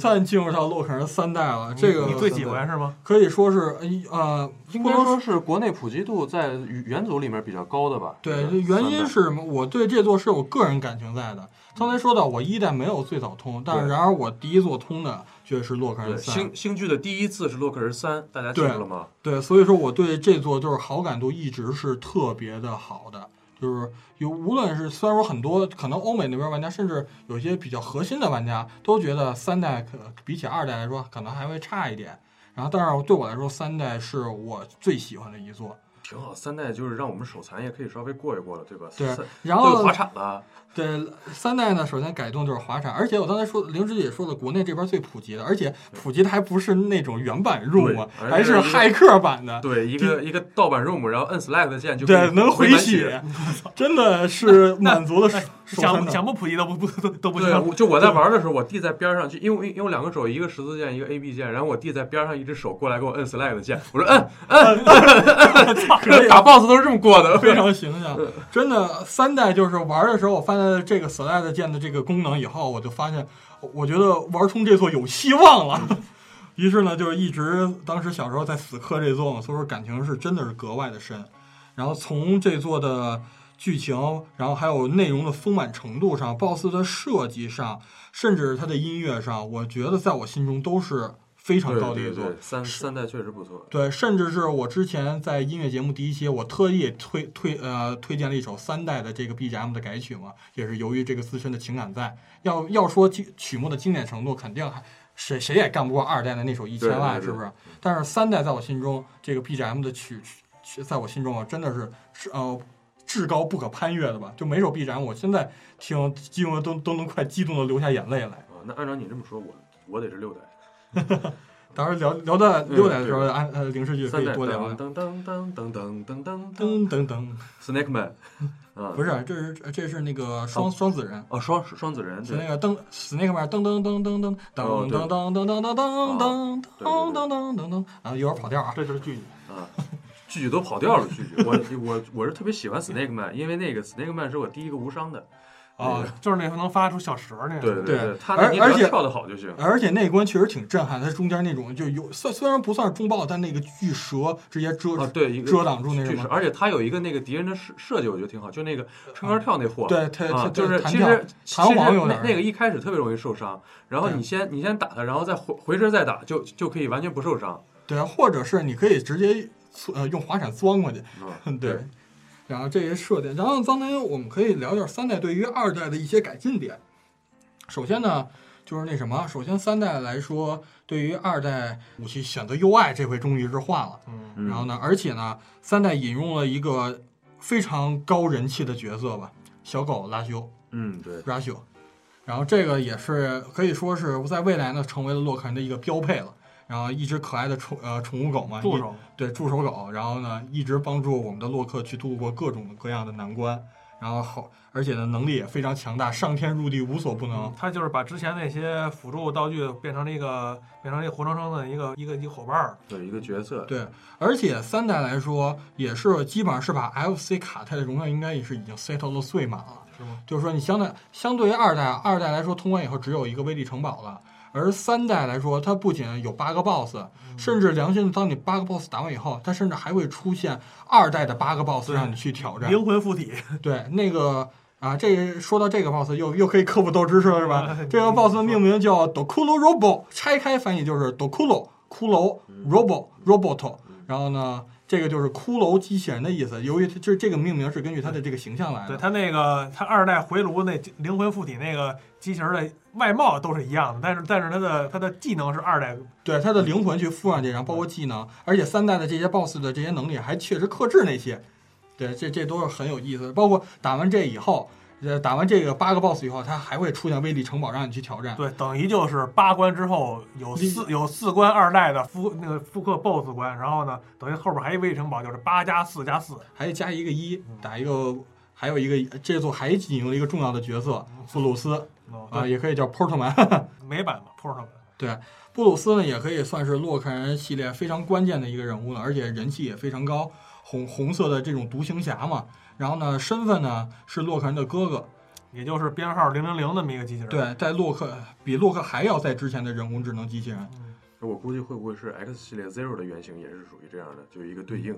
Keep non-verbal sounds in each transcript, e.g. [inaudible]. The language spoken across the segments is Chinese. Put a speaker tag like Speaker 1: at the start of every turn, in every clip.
Speaker 1: 暂进入到洛克人三代了。这个
Speaker 2: 你最喜欢是吗？
Speaker 1: 可以说是呃，
Speaker 3: 应
Speaker 1: 不
Speaker 3: 该
Speaker 1: 能
Speaker 3: 说是国内普及度在元祖里面比较高的吧？
Speaker 1: 对，
Speaker 3: 这
Speaker 1: 原因
Speaker 3: 三代
Speaker 1: 是我对这座是有个人感情在的。刚才说到我一代没有最早通，但是
Speaker 3: 对
Speaker 1: 然而我第一座通的却是洛克人
Speaker 3: 对
Speaker 1: 三，
Speaker 3: 星星剧的第一次是洛克人三，大家记住了吗？
Speaker 1: 对，所以说我对这座就是好感度一直是特别的好的，就是有无论是虽然说很多可能欧美那边玩家，甚至有些比较核心的玩家都觉得三代可比起二代来说可能还会差一点，然后但是对我来说三代是我最喜欢的一座，
Speaker 3: 挺好，三代就是让我们手残也可以稍微过一过了，对吧？
Speaker 1: 对
Speaker 3: 三，
Speaker 1: 然
Speaker 3: 都有
Speaker 1: 后
Speaker 3: 滑铲了，
Speaker 1: 对，三代呢，首先改动就是滑铲，而且我刚才说，灵芝姐说了，国内这边最普及的，而且普及的还不是那种原版 ROM，啊
Speaker 3: 而
Speaker 1: 还
Speaker 3: 且
Speaker 1: 是
Speaker 3: 是
Speaker 1: 骇客版的，
Speaker 3: 对，一个一个盗版 ROM，然后摁 Select 键就可以
Speaker 1: 对，能
Speaker 3: 回
Speaker 1: 回
Speaker 3: 满
Speaker 1: 血，真的是满足了手手残
Speaker 2: 想
Speaker 1: 党 [laughs]
Speaker 2: 想不普及都不不都都不知
Speaker 3: 对，
Speaker 2: 道。
Speaker 3: 我就我在玩的时候，我弟在边上，就因为因为我两个手，一个十字键，一个 A B 键，然后我弟在边上一只手过来给我摁 select 键，我说摁
Speaker 1: 可
Speaker 3: 摁， [laughs]
Speaker 1: 以
Speaker 3: 打 boss 都是这么过的，
Speaker 1: 非常
Speaker 3: [laughs]
Speaker 1: 形象，真的三代就是玩的时候，我发现了这个 select 键的这个功能以后，我就发现，我觉得玩通这座有希望了。
Speaker 3: 嗯
Speaker 1: [laughs] 于是呢，就是一直当时小时候在死磕这座嘛，所以说感情是真的是格外的深。然后从这座的剧情，然后还有内容的丰满程度上，BOSS 的设计上，甚至它的音乐上，我觉得在我心中都是非常
Speaker 3: 对
Speaker 1: 高的一
Speaker 3: 对
Speaker 1: 座
Speaker 3: 对，。三三代确实不错，
Speaker 1: 对，甚至是我之前在音乐节目第一期，我特意推推呃推荐了一首三代的这个 BGM 的改曲嘛，也是由于这个自身的情感在。要要说曲曲目的经典程度，肯定还谁谁也干不过二代的那首《一千万》，
Speaker 3: 对对对
Speaker 1: 是不是？但是三代在我心中，这个 BGM 的曲曲在我心中啊，真的是是呃至高不可攀越的吧？就每首 BGM，我现在听激动得都都能快激动的流下眼泪来。
Speaker 3: 啊，那按照你这么说，我我得是六代，
Speaker 1: 到时候聊聊到六代的时候，按呃零视剧可
Speaker 3: 三
Speaker 1: 以
Speaker 3: 代
Speaker 1: 多聊聊。
Speaker 3: 噔噔噔噔噔噔噔噔
Speaker 1: 噔噔噔。
Speaker 3: ，Snake Man，啊，
Speaker 1: [laughs] 不是，这是呃这是那个双
Speaker 3: 哦
Speaker 1: 双子人，
Speaker 3: 哦，双双子人，
Speaker 1: 是那
Speaker 3: 对
Speaker 1: 个噔 Snake 面噔噔噔噔噔
Speaker 3: 哦
Speaker 1: 噔
Speaker 3: 对
Speaker 1: 噔
Speaker 3: 哦
Speaker 1: 噔噔噔噔噔噔噔噔噔噔噔啊，有点跑调啊。
Speaker 2: 这就是剧情。
Speaker 3: 啊。聚聚都跑调了，聚聚，我我我是特别喜欢 Snake Man，因为那个 Snake Man 是我第一个无伤的，
Speaker 1: 啊，
Speaker 2: 就是那个能发出小蛇儿那个。
Speaker 3: 对
Speaker 1: 对
Speaker 3: 对，他
Speaker 1: 而
Speaker 3: 那你只
Speaker 1: 而且
Speaker 3: 要跳得好就行。
Speaker 1: 而且那一关确实挺震撼，它中间那种就有虽虽然不算是中爆，但那个巨蛇直接遮
Speaker 3: 啊，对，一个
Speaker 1: 遮挡住那什
Speaker 3: 巨石，
Speaker 1: 么，
Speaker 3: 而且它有一个那个敌人的设设计，我觉得挺好，就那个撑杆跳那货，
Speaker 1: 对，它它
Speaker 3: 啊，就
Speaker 1: 它
Speaker 3: 是
Speaker 1: 弹
Speaker 3: 其
Speaker 1: 跳
Speaker 3: 实其
Speaker 1: 弹
Speaker 3: 实
Speaker 1: 簧有
Speaker 3: 那
Speaker 1: 点
Speaker 3: 那个一开始特别容易受伤，然后
Speaker 1: 对
Speaker 3: 你先你先打它，然后再回回身再打，就就可以完全不受伤，
Speaker 1: 对，啊或者是你可以直接呃用滑铲钻过去，
Speaker 3: 嗯，
Speaker 1: 对，然后这些设定，然后刚才我们可以聊一下三代对于二代的一些改进点。首先呢，就是那什么，首先三代来说，对于二代武器选择 UI 这回终于是换了。
Speaker 2: 嗯，
Speaker 3: 嗯
Speaker 1: 然后呢，而且呢，三代引用了一个非常高人气的角色吧，小狗拉修
Speaker 3: 嗯，对，
Speaker 1: r a s h o 然后这个也是可以说是在未来呢成为了洛克人的一个标配了。然后一只可爱的宠呃宠物狗嘛，
Speaker 2: 助
Speaker 1: 一
Speaker 2: 手
Speaker 1: 对助手狗，然后呢，一直帮助我们的洛克去度过各种各样的难关，然后好，而且呢，能力也非常强大，上天入地无所不能
Speaker 2: 嗯。他就是把之前那些辅助道具变成了一个变成了一个活生生的一个一个一个伙伴儿。
Speaker 3: 有一个角色，
Speaker 1: 对，而且三代来说，也是基本上是把 FC 卡带的容量应该也是已经 settle 了最满了，
Speaker 2: 是吗？
Speaker 1: 就是说你相对相对于二代，二代来说通关以后只有一个威力城堡了。而三代来说，它不仅有八个 boss，甚
Speaker 2: 嗯
Speaker 1: 至良心，当你八个 boss 打完以后，它甚至还会出现二代的八个 boss
Speaker 2: 对
Speaker 1: 让你去挑战。
Speaker 2: 灵魂附体，？
Speaker 1: 对，那个啊，这说到这个 boss 又又可以科普斗知识了是吧这个 boss 的命名叫 Dokulo Robo，拆开翻译就是 Dokulo 骷髅 Robo Robot，然后呢，这个就是骷髅机器人的意思。由于它这这个命名是根据它的这个形象来
Speaker 2: [laughs] 对
Speaker 1: 的。
Speaker 2: 他那个他二代回炉那灵魂附体那个机器人的外貌都是一样的，但是但是他的他的技能是二代
Speaker 1: 对它的灵魂去附上去，然后包括技能，而且三代的这些 BOSS 的这些能力还确实克制那些，对，这这都是很有意思的。包括打完这以后，呃，打完这个八个 BOSS 以后，它还会出现威力城堡让你去挑战。
Speaker 2: 对，等于就是八关之后有
Speaker 1: 你
Speaker 2: 四有四关二代的复那个复刻 BOSS 关，然后呢，等于后边还有一围城堡，就是八加四加四，
Speaker 1: 还加一个一，
Speaker 3: 嗯
Speaker 1: 打一个，还有一个这座还引用了一个重要的角色
Speaker 3: 嗯
Speaker 1: 布鲁斯
Speaker 2: 哦
Speaker 1: 啊，
Speaker 2: 对，
Speaker 1: 也可以叫 Portman。
Speaker 2: 美版嘛，Port 版，
Speaker 1: [laughs] 对，布鲁斯呢也可以算是洛克人系列非常关键的一个人物了，而且人气也非常高，红红色的这种独行侠嘛。然后呢，身份呢是洛克人的哥哥，
Speaker 2: 也就是编号零零零那么一个机器人。，
Speaker 1: 对，在洛克比洛克还要在之前的人工智能机器人，
Speaker 3: 嗯我估计会不会是 X 系列 Zero 的原型也是属于这样的，就是一个对应。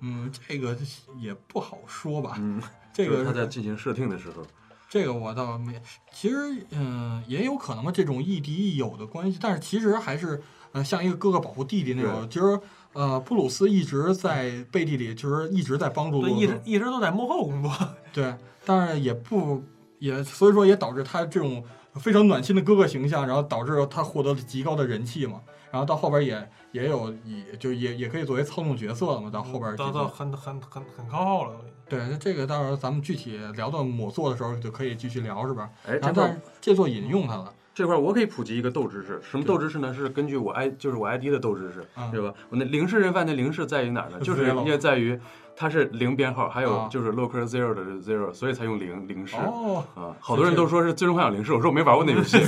Speaker 1: 嗯，这个也不好说吧。
Speaker 3: 嗯，
Speaker 1: 这
Speaker 3: 就
Speaker 1: 个
Speaker 3: 是他在进行设定的时候，
Speaker 1: 这个我倒没，其实嗯、也有可能这种亦敌亦友的关系，但是其实还是呃像一个哥哥保护弟弟那种。其实呃，布鲁斯一直在背地里，就是一直在帮助
Speaker 2: 所以
Speaker 1: 洛
Speaker 2: 嗯一
Speaker 1: 克
Speaker 2: 直，一直都在幕后工作。
Speaker 1: 对，但是也不也所以说也导致他这种非常暖心的哥哥形象，然后导致他获得了极高的人气嘛。然后到后边也也有也就也也可以作为操纵角色了嘛， [laughs] 到后边
Speaker 2: [laughs] 嗯到
Speaker 1: 这
Speaker 2: 到
Speaker 1: 种
Speaker 2: 很很很很靠后了，
Speaker 1: 对这个到时候咱们具体聊到某作的时候就可以继续聊是吧？
Speaker 3: 哎，
Speaker 1: 然后
Speaker 3: 这块
Speaker 1: 但
Speaker 3: 儿
Speaker 1: 是这作引用它了。
Speaker 3: 这块儿我可以普及一个斗知识，什么
Speaker 1: 对
Speaker 3: 斗知识呢？是根据我 I 就是我 ID 的斗知识，
Speaker 1: 嗯
Speaker 3: 对吧？我那零式人贩的零式在于哪儿呢？
Speaker 1: Zero
Speaker 3: 就是也在于它是零编号，还有
Speaker 1: 啊
Speaker 3: 就是洛克 Zero 的 Zero，所以才用零零式。
Speaker 1: 哦，
Speaker 3: 啊，好多人都说是《最终幻想零式》，我说我没玩过那游戏，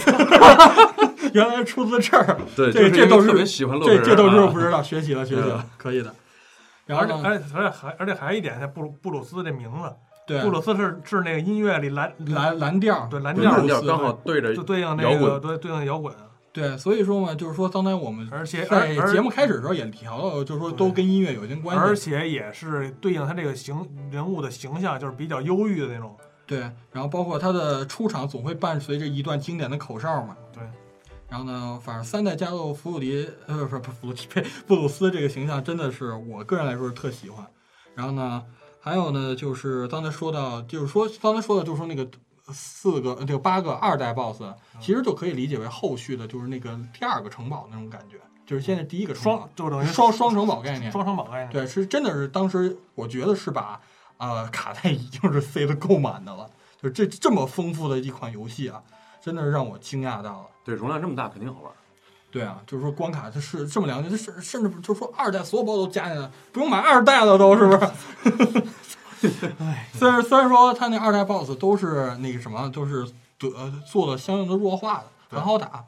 Speaker 1: 原来出自这儿，
Speaker 3: 对，
Speaker 1: 这
Speaker 3: 就是因为
Speaker 1: 这斗士
Speaker 3: 特别喜欢洛克
Speaker 1: 这
Speaker 3: 人啊，
Speaker 1: 这都是不知道，学习了，学习
Speaker 2: 嗯
Speaker 1: 了，可以的。然后
Speaker 2: 而且
Speaker 1: 呢，
Speaker 2: 而且而且还而且还有一点，像布鲁布鲁斯这名字，
Speaker 1: 对
Speaker 2: 布鲁斯是是那个音乐里蓝
Speaker 1: 蓝蓝调，
Speaker 2: 对蓝
Speaker 3: 对
Speaker 2: 调
Speaker 1: 布
Speaker 3: 蓝
Speaker 1: 鲁
Speaker 3: 调
Speaker 1: 斯
Speaker 3: 刚好对着
Speaker 2: 就对应
Speaker 3: 摇
Speaker 2: 那个
Speaker 3: 滚
Speaker 2: 对对应摇滚，啊
Speaker 1: 对，所以说嘛，就是说刚才我们
Speaker 2: 而且而
Speaker 1: 在
Speaker 2: 而
Speaker 1: 节目开始的时候也提到，就是说都跟音乐有一定关
Speaker 2: 而
Speaker 1: 系。
Speaker 2: 且也是对应他这个形人物的形象，就是比较忧郁的那种。
Speaker 1: 对，然后包括它的出场总会伴随着一段经典的口哨嘛。
Speaker 2: 对。
Speaker 1: 然后呢，反正三代加洛弗鲁迪，呃，不是不是弗鲁迪呸，布鲁斯这个形象真的是我个人来说是特喜欢。然后呢，还有呢，就是刚才说到，就是说刚才说的，就是说那个四个呃这个八个二代 BOSS，其
Speaker 2: 嗯
Speaker 1: 实就可以理解为后续的，就是那个第二个城堡那种感觉，就是现在第一个城堡
Speaker 2: 双就等于
Speaker 1: 双双城堡概念。
Speaker 2: 双城榜啊概念。
Speaker 1: 哎对，是真的是当时我觉得是把呃卡带已经是塞得够满的了，就这这么丰富的一款游戏啊，真的是让我惊讶到了。
Speaker 3: 对容量这么大，肯定好玩。
Speaker 1: 对啊，就是说关卡它是这么良心，它甚甚至就是说二代所有包都加进来，不用买二代了都是不是？ [laughs]
Speaker 2: 哎，
Speaker 1: 虽然虽然说它那二代 BOSS 都是那个什么，都是得做了相应的弱化的，
Speaker 2: 对
Speaker 1: 很好打。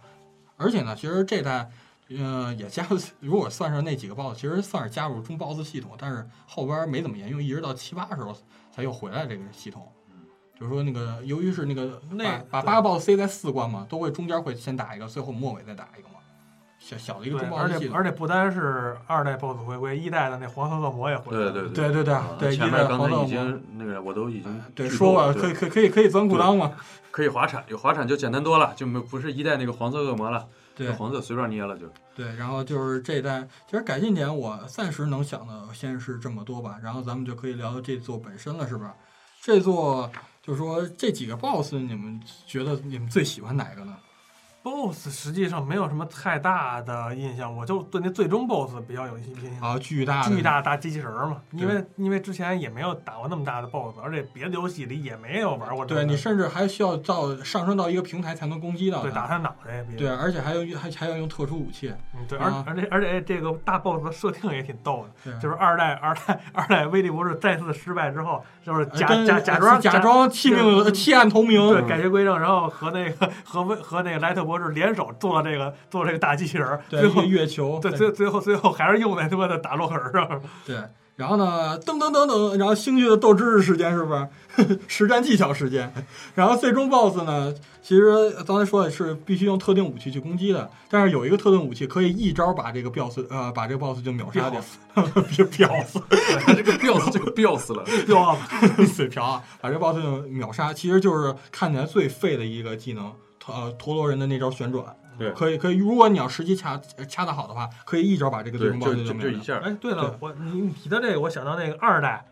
Speaker 1: 而且呢，其实这代，呃，也加 [laughs] 入，如果算上那几个 BOSS，其实算是加入中 BOSS 系统，但是后边没怎么沿用，一直到七八时候才又回来这个系统。就是说那个，由于是那个
Speaker 2: 嗯那
Speaker 1: 把把八个 BOSS 塞在四关嘛，都会中间会先打一个，最后末尾再打一个嘛，小小的一个
Speaker 2: 对，
Speaker 1: 中
Speaker 2: 而
Speaker 1: BOSS 系
Speaker 2: 且
Speaker 1: 统。
Speaker 2: 而且不单是二代 BOSS 回归，一代的那黄色恶魔也回来了。
Speaker 3: 对对
Speaker 1: 对对对
Speaker 3: 啊
Speaker 1: 对，一
Speaker 3: 前
Speaker 1: 代
Speaker 3: 面刚
Speaker 1: 黄
Speaker 3: 才
Speaker 1: 道
Speaker 3: 已经那个我都已经
Speaker 1: 对
Speaker 3: 剧
Speaker 1: 说
Speaker 3: 透
Speaker 1: 过，
Speaker 3: 了
Speaker 1: 可以
Speaker 3: 对
Speaker 1: 可以可以可以钻裤裆嘛，
Speaker 3: 可以滑铲，有滑铲就简单多了，就没不是一代那个黄色恶魔了，
Speaker 1: 对
Speaker 3: 那黄色随便捏了就。 [laughs]
Speaker 1: 对，然后就是这一代，其实改进点我暂时能想的先是这么多吧，然后咱们就可以聊聊这座本身了，是吧？这座就是说这几个 BOSS，你们觉得你们最喜欢哪个呢？
Speaker 2: BOSS 实际上没有什么太大的印象，我就对那最终 BOSS 比较有印象。
Speaker 1: 啊，巨大的
Speaker 2: 巨大大机器人儿嘛，因
Speaker 1: 对
Speaker 2: 为因为之前也没有打过那么大的 BOSS，而且别的游戏里也没有玩过这个。
Speaker 1: 对你甚至还需要到上升到一个平台才能攻击到
Speaker 2: 对打
Speaker 1: 它。
Speaker 2: 他脑袋，比
Speaker 1: 对，而且还要还还要用特殊武器。
Speaker 2: 嗯对，而
Speaker 1: 啊
Speaker 2: 而且而且这个大 BOSS 的设定也挺逗的，
Speaker 1: 对，啊
Speaker 2: 就是二代二代二代威力博士再次失败之后，就是
Speaker 1: 呃
Speaker 2: 假
Speaker 1: 跟
Speaker 2: 假假装
Speaker 1: 假装弃命
Speaker 2: 就是
Speaker 1: 弃暗投明。
Speaker 2: 对改邪归正，然后和那个和威和那个莱特博士联手做了这个做这个大机器人儿，
Speaker 1: 对
Speaker 2: 最
Speaker 1: 一个
Speaker 2: 后
Speaker 1: 月球。
Speaker 2: 对
Speaker 1: 对
Speaker 2: 最最后最后还是用在他妈的打洛克人上。
Speaker 1: 对，然后呢，噔噔噔噔，然后星剧的斗知识时间是不是？ [laughs] 实战技巧时间。然后最终 BOSS 呢，其实刚才说的是必须用特定武器去攻击的，但是有一个特定武器可以一招把这个 BOSS 呃把这个 BOSS 就秒杀掉， [laughs] 别 BOSS
Speaker 3: 这个 bios 这个 bios 了，
Speaker 2: 哟，
Speaker 1: 嘴瓢啊，把这 BOSS 就秒杀，其实就是看起来最废的一个技能。呃，陀螺人的那招旋转，
Speaker 3: 对
Speaker 1: 可以可以。如果你要时机掐掐的好的话，可以一招把这个最
Speaker 3: 对，
Speaker 1: 终
Speaker 3: 就
Speaker 1: BOSS
Speaker 3: 就
Speaker 1: 就秒
Speaker 3: 就
Speaker 1: 杀 [laughs]
Speaker 3: 一。下，
Speaker 2: 哎，对了，我你你提到这个，我想到那个二代，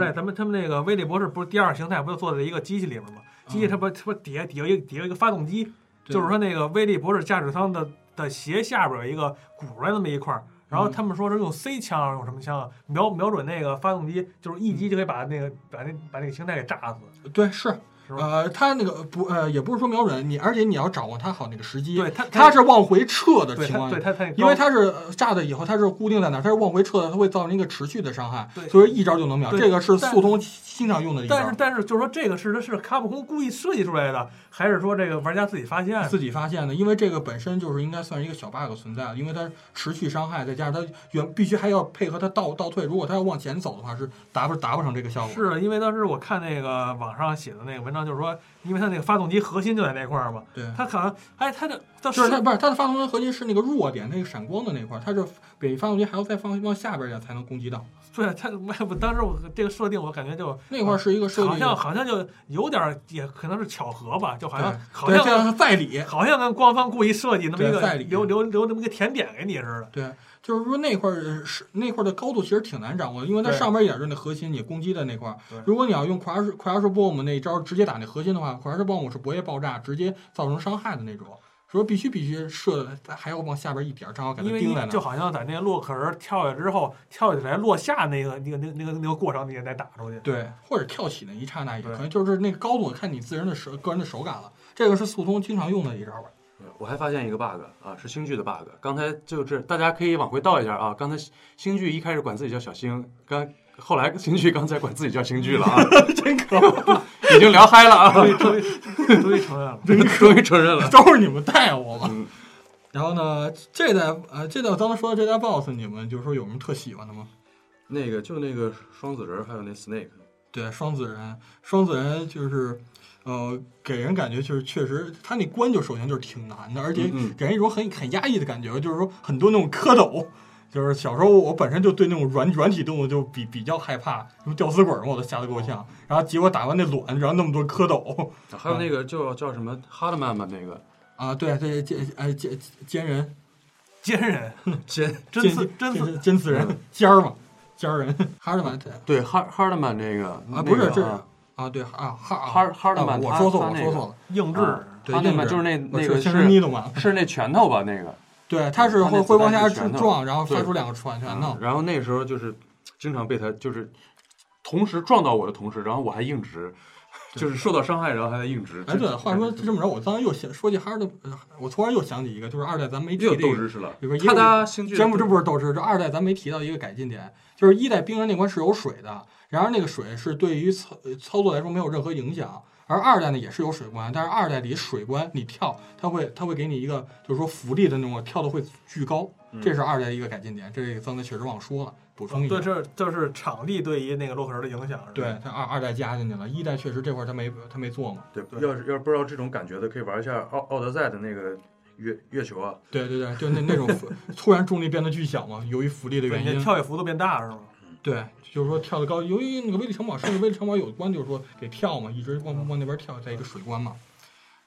Speaker 1: 嗯
Speaker 2: 代咱们他们那个威力博士不是第二形态不就坐在一个机器里面吗？机器它不它不底下底下有一底下有一个发动机，
Speaker 1: 嗯对
Speaker 2: 就是说那个威力博士驾驶舱的的斜下边有一个鼓的那么一块儿。然
Speaker 1: 嗯
Speaker 2: 后他们说是用 C 枪，用什么枪啊？瞄瞄准那个发动机，就是一
Speaker 1: 嗯
Speaker 2: 击就可以把那个把那把那个形态给炸死。
Speaker 1: 对，是，
Speaker 2: 是吧
Speaker 1: 呃，他那个不，呃，也不是说瞄准你，而且你要掌握他好那个时机。
Speaker 2: 对他
Speaker 1: 他是往回撤的
Speaker 2: 对
Speaker 1: 情
Speaker 2: 他
Speaker 1: 况
Speaker 2: 对
Speaker 1: 下，
Speaker 2: 他他
Speaker 1: 呃因为他是呃炸的以后，他是固定在那儿，他是往回撤的，它会造成一个持续的伤害
Speaker 2: 对，
Speaker 1: 所以一招就能秒。
Speaker 2: 对
Speaker 1: 这个是
Speaker 2: 但
Speaker 1: 速通经常用的一招
Speaker 2: 但是，但是就是说这个是他是卡普空故意设计出来的，还是说这个玩家自己发现的？
Speaker 1: 自己发现的，因为这个本身就是应该算是一个小 bug 存在，因为它持续伤害，再加上它原必须还要配合它倒倒
Speaker 2: 啊
Speaker 1: 退，如果它要往前走的话，是达不达不成这个效果。
Speaker 2: 是的，因为当时我看那个网上写的那个文上就是说，因为它那个发动机核心就在那块儿嘛，
Speaker 1: 对，
Speaker 2: 它可能哎，它的它
Speaker 1: 嗯就是它不是它的发动机核心是那个弱点，那个闪光的那块儿，它是比发动机还要再放往下边儿一点才能攻击到。
Speaker 2: 对 [laughs] 它，我当时我这个设定我感觉就
Speaker 1: 那块儿是一个设
Speaker 2: 哦好
Speaker 1: 计，
Speaker 2: 像好像就有点儿也可能是巧合吧，就好像好
Speaker 1: 对，这
Speaker 2: 像
Speaker 1: 样是在理。
Speaker 2: 好像跟官方故意设计那么一
Speaker 1: 对
Speaker 2: 个
Speaker 1: 在里
Speaker 2: 留留留那么一个甜点给你似的，
Speaker 1: 对，就是说那块儿是那块儿的高度其实挺难掌握的，因为它
Speaker 2: 对
Speaker 1: 上边一点就是那核心，你攻击的那块儿
Speaker 2: 对。
Speaker 1: 如果你要用 crash crash bomb 那一招直接打那核心的话，crash bomb 是不会爆炸，直接造成伤害的那种。所以必须必须射的，还要往下边一点儿，正好给它
Speaker 2: 因为
Speaker 1: 钉在
Speaker 2: 一
Speaker 1: 那
Speaker 2: 就
Speaker 1: 儿。
Speaker 2: 好像在那个洛克人跳下之后，跳起来落下那个那个那个那个那个过程，你也得打出去。
Speaker 1: 对，或者跳起那一刹那也
Speaker 2: 对
Speaker 1: 可能就是那个高度，看你自身的手个人的手感了。这个是速通经常用的一招吧。 [laughs]
Speaker 3: 我还发现一个 bug 啊，是星剧的 bug。刚才就是大家可以往回倒一下啊，刚才星剧一开始管自己叫小星，刚后来星剧刚才管自己叫星剧了啊，
Speaker 1: [laughs] 真可恶，
Speaker 3: 已经聊嗨了啊，
Speaker 2: 终于终于终于承认了。
Speaker 3: 终于承认了。
Speaker 1: 都是你们带我吧。
Speaker 3: 嗯，
Speaker 1: 然后呢，这代呃，这代我刚才说的这代 BOSS，你们就是说有什么特喜欢的吗？
Speaker 3: 那个就那个双子人，还有那 Snake，
Speaker 1: 对，双子人，双子人就是，呃，给人感觉就是确实，他那关就首先就是挺难的，而且
Speaker 3: 嗯嗯
Speaker 1: 给人一种很很压抑的感觉，就是说很多那种蝌蚪。就是小时候我本身就对那种软软体动物就比比较害怕，什么吊死鬼儿嘛我都吓得够
Speaker 3: 哦
Speaker 1: 呛。然后结果打完那卵，然后那么多蝌蚪
Speaker 3: 啊还有那个叫叫什么哈德曼吧，那个
Speaker 1: 啊，对，这奸哎奸奸人，
Speaker 2: 奸人，
Speaker 3: 尖
Speaker 1: [laughs]
Speaker 2: 真
Speaker 1: 奸
Speaker 2: 刺真刺，
Speaker 1: 奸奸死
Speaker 3: 嗯
Speaker 1: 人尖儿嘛，尖儿人哈尔曼对
Speaker 3: 对哈哈德曼嗯那个
Speaker 1: 啊
Speaker 3: 啊
Speaker 1: 不是这是啊对啊哈啊
Speaker 3: 哈哈德曼，
Speaker 1: 啊我
Speaker 3: 他
Speaker 1: 说错
Speaker 3: 他
Speaker 1: 我
Speaker 3: 那
Speaker 1: 说
Speaker 3: 个
Speaker 1: 错了，
Speaker 2: 硬质，
Speaker 3: 啊
Speaker 1: 对
Speaker 3: 哈德
Speaker 1: 硬
Speaker 3: 曼
Speaker 1: 质
Speaker 3: 就是那那
Speaker 1: 我
Speaker 3: 个
Speaker 1: 是先是
Speaker 3: 是
Speaker 1: 咪的嘛，
Speaker 3: [laughs] 是那拳头吧，那个。
Speaker 1: 对，他是
Speaker 3: 他那
Speaker 1: 会
Speaker 3: 子
Speaker 1: 会往
Speaker 3: 弹
Speaker 1: 下
Speaker 3: 是旋的
Speaker 1: 撞，然后发
Speaker 3: 对
Speaker 1: 出两个传拳
Speaker 3: 嗯
Speaker 1: 头。
Speaker 3: 然后那时候就是经常被他就是同时撞到我的同时，然后我还硬直，就是受到伤害，然后还在硬直。
Speaker 1: 哎，
Speaker 3: 这
Speaker 1: 对，话说
Speaker 3: 这
Speaker 1: 这么着，我刚才又想说起哈尔的，呃我突然又想起一个，就是二代咱们没提
Speaker 3: 又
Speaker 1: 这
Speaker 3: 斗
Speaker 1: 个，
Speaker 3: 知识了
Speaker 1: 有个。
Speaker 3: 他他星剧
Speaker 1: 真不这不是斗志，这二代咱没提到一个改进点，就是一代冰人那关是有水的，然而那个水是对于操呃操作来说没有任何影响。而二代呢也是有水关，但是二代里水关你跳，它会它会给你一个就是说浮力的那种跳的会巨高，
Speaker 3: 嗯
Speaker 1: 这是二代的一个改进点，这个刚才确实忘说了，
Speaker 3: 哦
Speaker 1: 补充一下
Speaker 2: 对，。这这是场地对于那个洛克人的影响。是吧
Speaker 1: 对，，它二二代加进去了，一代确实这块儿它没它没做嘛。
Speaker 3: 对
Speaker 2: 对
Speaker 3: 要是要是不知道这种感觉的，可以玩一下奥奥德赛的那个月月球啊。
Speaker 1: 对对对，就那那种突然重力变得巨小嘛，由于浮力的
Speaker 2: 对
Speaker 1: 原
Speaker 2: 你的
Speaker 1: 因，
Speaker 2: 跳跃幅度变大是吗？
Speaker 1: 对，就是说跳得高，由于那个威力城堡，甚至威力城堡有关，就是说给跳嘛，一直往往那边跳，在一个水关嘛。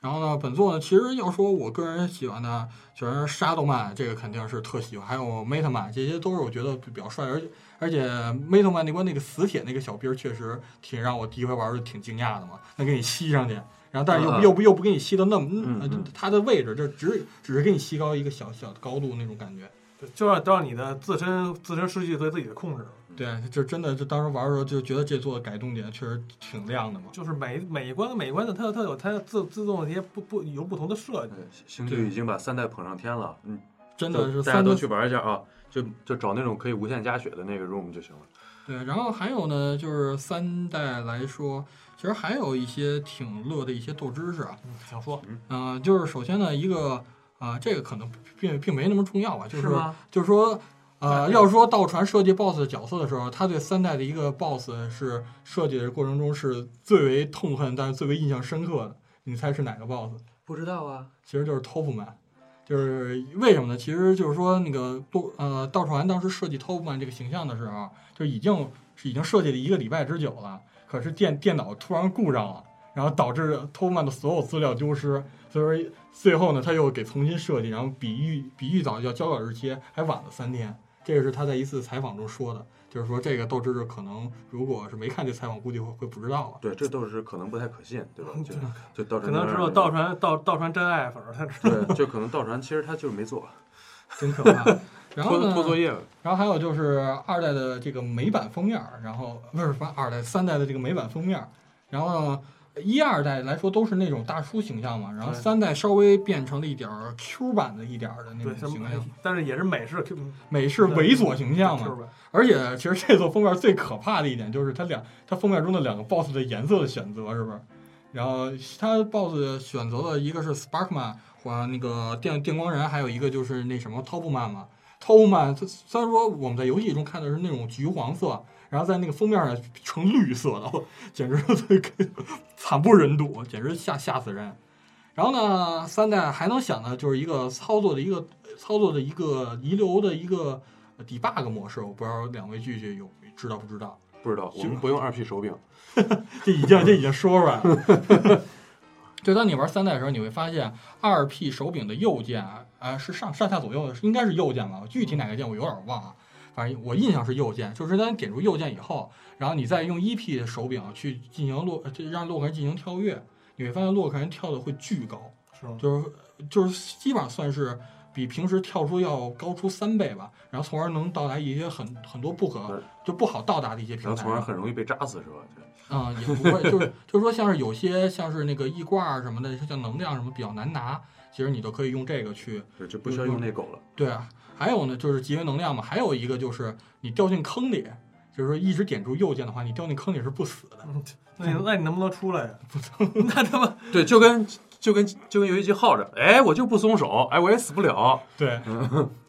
Speaker 1: 然后呢，本作呢，其实要说我个人喜欢的，就是沙斗曼，这个肯定是特喜欢，还有 m e t a 曼，这些都是我觉得比较帅，而且而且 m e t a 曼那关那个死铁那个小兵儿确实挺让我第一回玩儿就挺惊讶的嘛，能给你吸上去，然后但是又
Speaker 3: 嗯嗯
Speaker 1: 又不又不给你吸到那么呃
Speaker 3: 嗯嗯，
Speaker 1: 它的位置就只只是给你吸高一个小小的高度那种感觉。
Speaker 2: 就就让就让你的自身自身失去对自己的控制，
Speaker 1: 对，就真的就当时玩的时候就觉得这座改动点确实挺亮的嘛。
Speaker 2: 就是每每一关跟每一关的它有它有它自自动的一些不不有不同的设计。
Speaker 3: 星剧已经把三代捧上天了，嗯，
Speaker 1: 真的是
Speaker 3: 大家
Speaker 1: 三
Speaker 3: 都
Speaker 1: 个
Speaker 3: 去玩一下啊，就就找那种可以无限加血的那个 room 就行了。
Speaker 1: 对，然后还有呢，就是三代来说，其实还有一些挺乐的一些斗知识啊。
Speaker 2: 嗯，想说
Speaker 1: 嗯、就是首先呢，一个啊、这个可能并并没那么重要吧，啊就是
Speaker 3: 吗？
Speaker 1: 就是说，
Speaker 2: 哎
Speaker 1: 呃，
Speaker 2: 对
Speaker 1: 要说道传设计 BOSS 的角色的时候，他对三代的一个 BOSS 是设计的过程中是最为痛恨，但是最为印象深刻的。你猜是哪个 BOSS？
Speaker 3: 不知道啊，
Speaker 1: 其实就是 Topman，就是为什么呢？其实就是说那个多呃，道传当时设计 Topman 这个形象的时候，就已经是已经设计了一个礼拜之久了，可是电电脑突然故障了，然后导致 Topman 的所有资料丢失，所以说最后呢，他又给重新设计，然后比预比预早要交稿日期还晚了三天，这个是他在一次采访中说的。就是说，这个豆知识可能如果是没看这采访，估计会会不知道了。
Speaker 3: 对，这都是可能不太可信，
Speaker 1: [laughs]
Speaker 3: 对吧？就
Speaker 1: 啊
Speaker 3: 就到
Speaker 2: 可能只有道传道道传真爱粉儿才知道。
Speaker 3: 对，就可能道传其实他就是没做，
Speaker 1: 真可怕。 [laughs] 然后
Speaker 3: 拖
Speaker 1: 呢？
Speaker 3: 拖作业了。
Speaker 1: 然后还有就是二代的这个美版封面儿，然后不是不是二代三代的这个美版封面儿，然后呢一二代来说都是那种大叔形象嘛，然后
Speaker 2: 对
Speaker 1: 三代稍微变成了一点儿 Q 版的一点儿的那
Speaker 2: 对，
Speaker 1: 种
Speaker 2: 什
Speaker 1: 形
Speaker 2: 么哎
Speaker 1: 象，？
Speaker 2: 但是也是美式 Q 嗯
Speaker 1: 美式猥琐形象嘛。
Speaker 2: 嘛。
Speaker 1: 而且其实这座封面最可怕的一点就是它两它封面中的两个 BOSS 的颜色的选择是不是？然后它 BOSS 选择了一个是 Sparkman 或那个电电光人，还有一个就是那什么 Topman 嘛。超慢。它虽然说我们在游戏中看的是那种橘黄色，然后在那个封面上成绿色的， [laughs] 我简直是惨不忍睹，简直吓吓死人。然后呢，三代还能想的就是一个操作的一个操作的一个遗留的一个呃 debug 模式，我不知道两位句句有知道不知道？
Speaker 3: 不知道，我
Speaker 1: 行
Speaker 3: 们不用二 P 手柄，
Speaker 1: 这已经这已经说出来了。 [laughs] 就当你玩三代的时候，你会发现二 P 手柄的右键啊、呃是上上下左右的，应该是右键吧？具体哪个键我有点忘啊，反正我印象是右键。就是当你点住右键以后，然后你再用一 P 的手柄去进行洛，呃这让洛克人进行跳跃，你会发现洛克人跳的会巨高，
Speaker 2: 是吗？
Speaker 1: 就是就是基本上算是比平时跳出要高出三倍吧，然后从而能到达一些很很多不可
Speaker 3: 对
Speaker 1: 就不好到达的一些平
Speaker 3: 然后
Speaker 1: 台，
Speaker 3: 从而很容易被扎死，是吧？
Speaker 1: 啊、也不会，就是就是说，像是有些像是那个易罐儿什么的，像能量什么比较难拿，其实你都可以用这个去。
Speaker 3: 对，就不需要用那狗了。
Speaker 1: 对啊，还有呢，就是节约能量嘛。还有一个就是你掉进坑里，就是说一直点住右键的话，你掉进坑里是不死的。
Speaker 2: 嗯 [laughs] 那你那你能不能出来呀？ [laughs] 那他妈
Speaker 3: 对，就跟就跟就跟游戏机耗着，哎，我就不松手，哎，我也死不了。 [laughs]
Speaker 1: 对，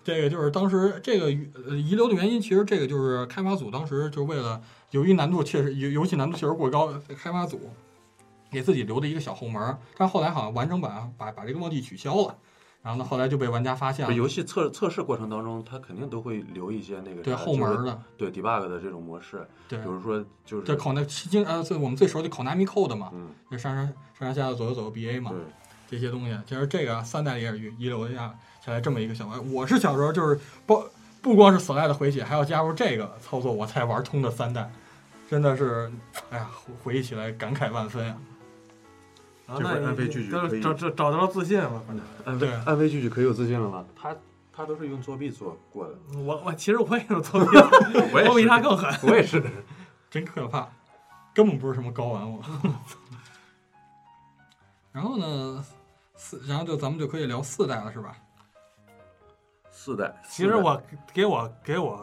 Speaker 1: 这个就是当时这个呃遗留的原因，其实这个就是开发组当时就为了由于难度确实游游戏难度确实过高，开发组给自己留的一个小后门儿。但后来好像完整版把把这个墨迹取消了，然后呢后来就被玩家发现
Speaker 3: 不是
Speaker 1: 了，
Speaker 3: 游戏测测试过程当中，它肯定都会留一些那个
Speaker 1: 对
Speaker 3: 啥
Speaker 1: 后门儿，的，
Speaker 3: 就是对 debug 的这种模式，
Speaker 1: 对
Speaker 3: 比。如说就是
Speaker 1: 这口那经呃，最我们最熟的口南密扣的嘛，
Speaker 3: 嗯，
Speaker 1: 就上上上上下下左右左右 BA 嘛
Speaker 3: 对，，
Speaker 1: 这些东西，其实这个三代里也是遗留下下来这么一个小玩意儿。我是小时候就是不不光是 slide 回血，还要加入这个操作，我才玩通的三代，真的是，哎呀，回回忆起来感慨万分呀、
Speaker 3: [laughs]
Speaker 2: 啊，
Speaker 3: 这
Speaker 2: 那
Speaker 3: 会儿
Speaker 2: 你
Speaker 3: 安非拒绝
Speaker 2: 找
Speaker 3: 可以嗯
Speaker 2: 找找找到了自信了，反正
Speaker 3: 安
Speaker 1: 对
Speaker 3: 慰安慰句句可有自信了吗？他他都是用作弊做过
Speaker 1: [laughs]
Speaker 3: 的，
Speaker 2: 我我其实我也是作弊，
Speaker 3: [laughs] 我也
Speaker 2: 我比
Speaker 3: 是
Speaker 2: 他更狠。
Speaker 3: 我也是。
Speaker 1: 真可怕，根本不是什么高玩我。 [laughs] 然后呢，四，然后就咱们就可以聊四代了，是吧？
Speaker 3: 四代，
Speaker 2: 其实我给我给我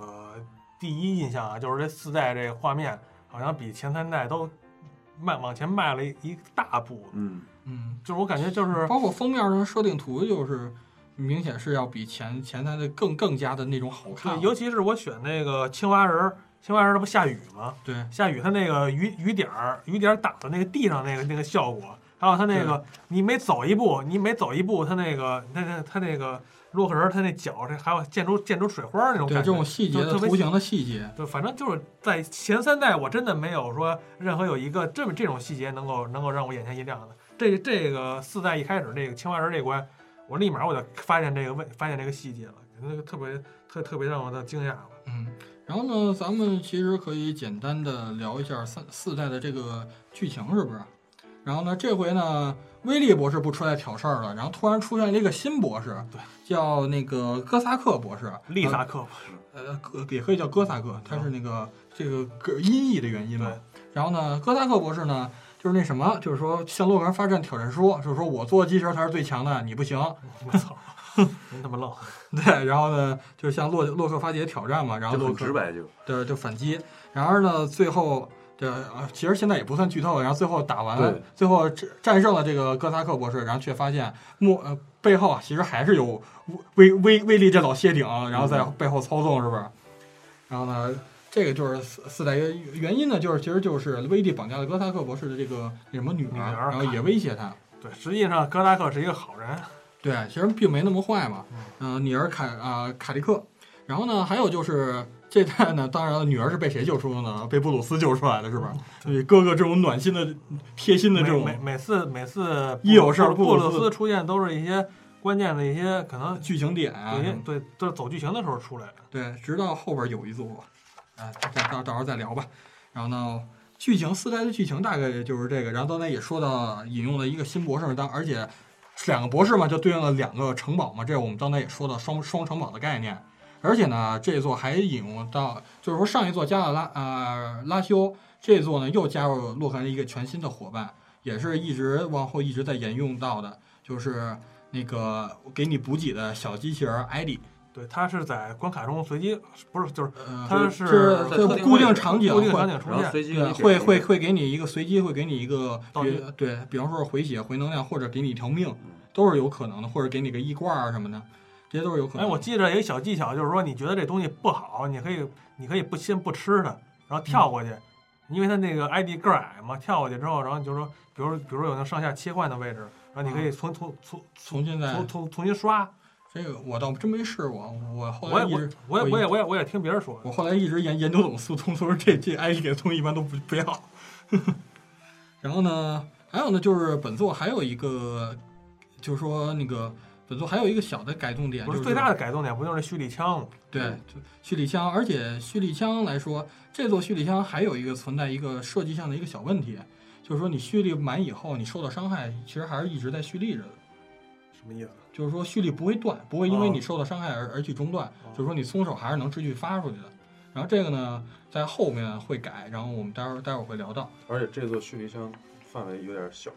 Speaker 2: 第一印象啊，就是这四代这画面好像比前三代都迈往前迈了一一大步，
Speaker 3: 嗯，
Speaker 1: 嗯，
Speaker 2: 就是我感觉就是
Speaker 1: 包括封面上设定图，就是明显是要比前前台的更更加的那种好看
Speaker 2: 对，
Speaker 1: 了。
Speaker 2: 尤其是我选那个青蛙人儿，青蛙人儿这不下雨吗？
Speaker 1: 对
Speaker 2: 下雨它那个雨雨点儿雨点儿打到那个地上那个那个效果，还有它那个你每走一步，你每走一步，它那个它那它那个洛克人儿它那脚这还有溅出溅出水花儿那种
Speaker 1: 对，
Speaker 2: 感
Speaker 1: 这
Speaker 2: 觉
Speaker 1: 种。细节
Speaker 2: 就
Speaker 1: 的
Speaker 2: 特别
Speaker 1: 图形的细节，
Speaker 2: 对，反正就是在前三代，我真的没有说任何有一个这么这种细节能够能够让我眼前一亮的。这这个四代一开始这个青蛙人这关，我立马我就发现这个问发现这个细节了，那个特别特特别让我的惊讶了。
Speaker 1: 嗯。然后呢，咱们其实可以简单的聊一下三四代的这个剧情，是不是？然后呢，这回呢，威利博士不出来挑事儿了，然后突然出现了一个新博士，
Speaker 2: 对，
Speaker 1: 叫那个哥萨克博士，
Speaker 2: 丽萨克
Speaker 1: 呃，哥也可以叫哥萨克，他是那个这个个音译的原因嘛
Speaker 2: 对。
Speaker 1: 然后呢，哥萨克博士呢，就是那什么，就是说向洛克人发战挑战书，就是说我做机器人才是最强的，你不行。 [laughs]
Speaker 2: 我操，您他妈愣！
Speaker 1: 对，然后呢，就向洛洛克发起挑战嘛，然后
Speaker 3: 就
Speaker 1: 洛
Speaker 3: 很
Speaker 1: 克
Speaker 3: 直白就，
Speaker 1: 对就反击。然而呢，最后这啊其实现在也不算剧透了。然后最后打完
Speaker 3: 对，
Speaker 1: 最后战战胜了这个哥萨克博士，然后却发现莫呃背后啊其实还是有威威威力这老谢顶，然后在背后操纵，是不是？然后呢，这个就是四四代原原因呢，就是其实就是威力绑架了哥萨克博士的这个那什么女
Speaker 2: 女
Speaker 1: 儿，啊
Speaker 2: 儿
Speaker 1: 然后也威胁他。
Speaker 2: 对，实际上哥达克是一个好人，
Speaker 1: 对，其实并没那么坏嘛。嗯、女儿凯啊、凯利克，然后呢，还有就是这代呢，当然了，女儿是被谁救出的呢？被布鲁斯救出来的，是吧？
Speaker 2: 嗯
Speaker 1: 所以哥哥这种暖心的、贴心的这种
Speaker 2: 每每每次每次
Speaker 1: 一有事儿
Speaker 2: 布
Speaker 1: 布鲁
Speaker 2: 鲁
Speaker 1: 斯
Speaker 2: 斯出现都是一些关键的一些可能
Speaker 1: 剧情点啊
Speaker 2: 有，些
Speaker 1: 什么
Speaker 2: 对都是走剧情的时候出来的。
Speaker 1: 对，直到后边有一座，啊，到到到时候再聊吧。然后呢，剧情四代的剧情大概就是这个。然后刚才也说到引用了一个新博士，当而且两个博士嘛，就对应了两个城堡嘛。这我们刚才也说到双双城堡的概念。而且呢，这一座还引用到，就是说上一座加了拉呃拉修，这一座呢又加入洛克人一个全新的伙伴，也是一直往后一直在沿用到的，就是那个给你补给的小机器人艾莉。
Speaker 2: 对，他是在关卡中随机，不是啊就是
Speaker 1: 呃，
Speaker 2: 它
Speaker 1: 是
Speaker 2: 是
Speaker 1: 是
Speaker 3: 在
Speaker 1: 就
Speaker 3: 特定
Speaker 1: 固
Speaker 3: 位
Speaker 1: 定
Speaker 3: 置
Speaker 1: 场景
Speaker 2: 固定
Speaker 1: 会
Speaker 2: 场景出
Speaker 3: 然后
Speaker 2: 现。
Speaker 3: 随机给
Speaker 1: 对啊
Speaker 3: 你
Speaker 1: 会
Speaker 3: 点
Speaker 1: 会
Speaker 3: 一个
Speaker 1: 会给你一个随机，会给你一个
Speaker 2: 道
Speaker 1: 比
Speaker 2: 具
Speaker 1: 对，比方说回血、回能量，或者给你一条命，都是有可能的，或者给你个一罐儿什么的。这些都是有可
Speaker 2: 哎，
Speaker 1: 能。
Speaker 2: 我记着有一小技巧，就是说你觉得这东西不好，你可以你可以不先不吃它，然后跳过去，因为它那个 ID 个儿矮嘛，跳过去之后，然后就是说，比如比如有那上下切换的位置，然后你可以重重重
Speaker 1: 重新再
Speaker 2: 重重重新刷。
Speaker 1: 这个我倒真没试过，我后
Speaker 2: 我
Speaker 1: 来
Speaker 2: 也
Speaker 1: 一
Speaker 2: 我
Speaker 1: 直
Speaker 2: 我也
Speaker 1: 我
Speaker 2: 我也我也我也听别人说，
Speaker 1: 我后来一直研研究懂速通，所以说这这 ID 给的东西一般都不不要。 [laughs] 然后呢，还有呢，就是本作还有一个，就是说那个本作还有一个小的改动点，
Speaker 2: 不
Speaker 1: 就是是
Speaker 2: 最大的改动点不就是蓄力枪吗？
Speaker 1: 对
Speaker 3: 嗯
Speaker 1: 就蓄力枪，而且蓄力枪来说，这座蓄力枪还有一个存在一个设计上的一个小问题，就是说你蓄力满以后，你受到伤害其实还是一直在蓄力着的。
Speaker 2: 什么意思？
Speaker 1: 就是说蓄力不会断，不会因为
Speaker 2: 哦
Speaker 1: 你受到伤害而而去中断，
Speaker 3: 哦
Speaker 1: 就是说你松手还是能持续发出去的。然后这个呢，在后面会改，然后我们待会儿待会儿会聊到。
Speaker 3: 而且这座蓄力枪范围有点小，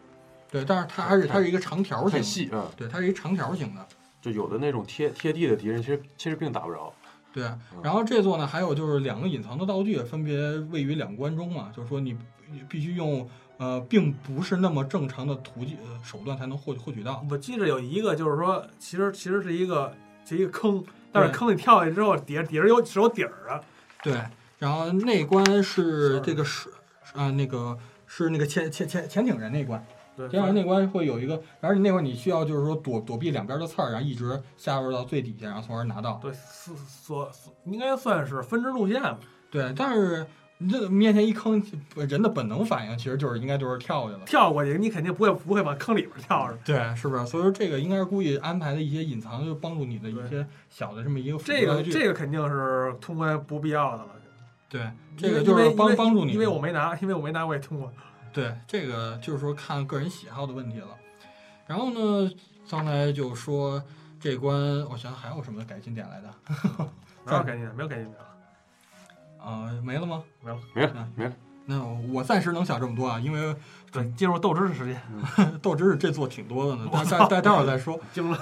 Speaker 1: 对，但是它还是它是一个长条
Speaker 3: 太
Speaker 1: 形，
Speaker 3: 细啊、嗯
Speaker 1: 对，它是一长条形的。
Speaker 3: 就有的那种贴贴地的敌人，其实其实并打不着。
Speaker 1: 对，啊
Speaker 2: 嗯
Speaker 1: 然后这座呢，还有就是两个隐藏的道具，分别位于两关中嘛，就是说你你必须用呃，并不是那么正常的途径呃手段才能获取获取到。
Speaker 2: 我记着有一个就是说，其实其实是一个是一个坑，但是坑里跳下去之后，底下底下有是有底儿的，
Speaker 1: 对，然后那关是
Speaker 2: Sorry
Speaker 1: 这个是啊、那个是那个潜潜潜潜艇人那关。
Speaker 2: 对，
Speaker 1: 第二那关会有一个，而且那会儿你需要就是说躲躲避两边的刺儿，然后一直下入到最底下，然后从而拿到。
Speaker 2: 对，所所所应该算是分支路线吧。
Speaker 1: 对，但是你这面前一坑，人的本能反应其实就是应该就是跳下去了。
Speaker 2: 跳过去，你肯定不会不会往坑里边跳是吧？
Speaker 1: 对，是不是？所以说这个应该是故意安排的一些隐藏，就帮助你的一些小的这么一个辅助
Speaker 2: 这
Speaker 1: 道
Speaker 2: 个
Speaker 1: 具。
Speaker 2: 这个肯定是通关不必要的了。
Speaker 1: 对，
Speaker 2: 因
Speaker 1: 这
Speaker 2: 为
Speaker 1: 个就是
Speaker 2: 因为
Speaker 1: 帮帮助你。
Speaker 2: 因为我没拿，因为我没拿，我也通过。
Speaker 1: 对，这个就是说看个人喜好的问题了。然后呢，刚才就说这关，我想还有什么改进点来的？
Speaker 2: 哪有改进的？没有改进的。
Speaker 1: 啊、没了吗？
Speaker 3: 没了
Speaker 1: 嗯
Speaker 3: 没了，
Speaker 1: 那我暂时能想这么多啊，因为
Speaker 2: 对，进入斗志的时间，
Speaker 1: 豆汁儿这座挺多的呢，待待待待会儿再说。
Speaker 2: 惊了，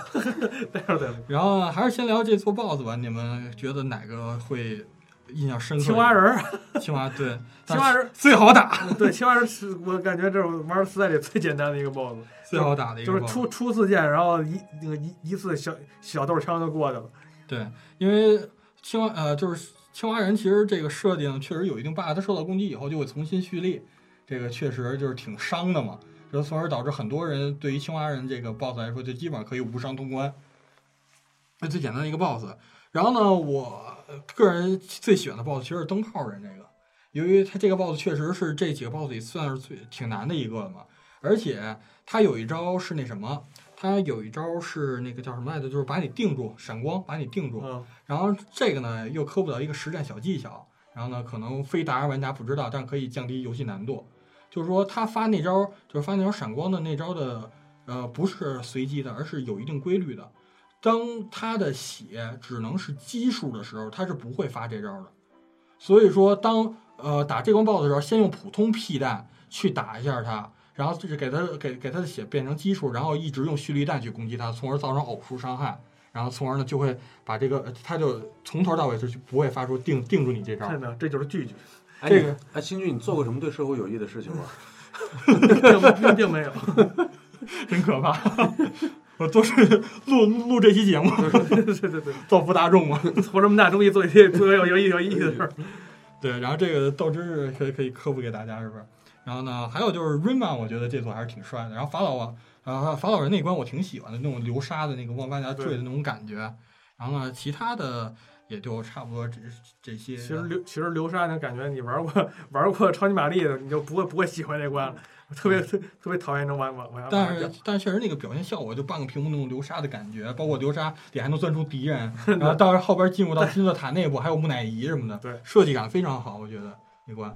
Speaker 2: 待会儿
Speaker 1: [laughs]
Speaker 2: 再录
Speaker 1: 然后还是先聊这座 BOSS 吧，你们觉得哪个会印象深刻？
Speaker 2: 青蛙，人儿， [laughs]
Speaker 1: 青蛙对，
Speaker 2: 青蛙人儿，
Speaker 1: 最好打，
Speaker 2: 对，青蛙人儿是我感觉这是玩磁带里最简单的一个 BOSS，
Speaker 1: 最好打的一个
Speaker 2: 就是
Speaker 1: BOSS。
Speaker 2: 初初次见，然后一那个一一次小小豆枪就过去了。
Speaker 1: 对，因为青蛙呃，就是青蛙人，其实这个设定确实有一定 bug，他受到攻击以后就会重新蓄力，这个确实就是挺伤的嘛，就从而导致很多人对于青蛙人这个 boss 来说，就基本上可以无伤通关，那最简单的一个 boss。然后呢，我个人最喜欢的 boss 其实是灯泡人这个，由于他这个 boss 确实是这几个 boss 里算是最挺难的一个了嘛，而且他有一招是那什么。他有一招是那个叫什么来着，就是把你定住，闪光把你定住，
Speaker 2: 嗯，
Speaker 1: 然后这个呢又科普到一个实战小技巧，然后呢可能非达人玩家不知道，但可以降低游戏难度。就是说他发那招，就是发那招闪光的那招的，呃，不是随机的，而是有一定规律的。当他的血只能是奇数的时候，他是不会发这招的。所以说，当呃打这关 BOSS 的时候，先用普通屁弹去打一下他，然后就是给他给给他的血变成基数，然后一直用蓄力弹去攻击他，从而造成偶数伤害，然后从而呢就会把这个呃他就从头到尾就是不会发出定定住你这招
Speaker 2: 看。到这就是
Speaker 1: [laughs]
Speaker 2: 拒绝，
Speaker 3: 哎
Speaker 1: 这个
Speaker 3: 你哎，新剧你做过什么对社会有益的事情吗？
Speaker 2: 并并
Speaker 1: [laughs]
Speaker 2: 并没有。
Speaker 1: 真可怕！ [laughs] 我都是录录这期节目
Speaker 2: 对对对，
Speaker 1: 造福大众嘛。
Speaker 2: [laughs] 从这么大东西做一些特别有有意有意义的事儿。
Speaker 1: 对，然后这个豆汁可以可以科普给大家，是不是？然后呢，还有就是 Rayman，我觉得这座还是挺帅的。然后法老王，啊，法老人那关我挺喜欢的，那种流沙的那个往大家坠的那种感觉。然后呢，其他的也就差不多这这些。
Speaker 2: 其实流其实流沙那感觉，你玩过玩过超级玛丽的，你就不会不会喜欢这关了。我特别特特别讨厌这玩玩玩
Speaker 1: 但
Speaker 2: 玩
Speaker 1: 是但是确实那个表现效果，就半个屏幕那种流沙的感觉，包括流沙里还能钻出敌人，然后到后边进入到金字塔内部，还有木乃伊什么的，
Speaker 2: 对
Speaker 1: 设计感非常好，我觉得那关。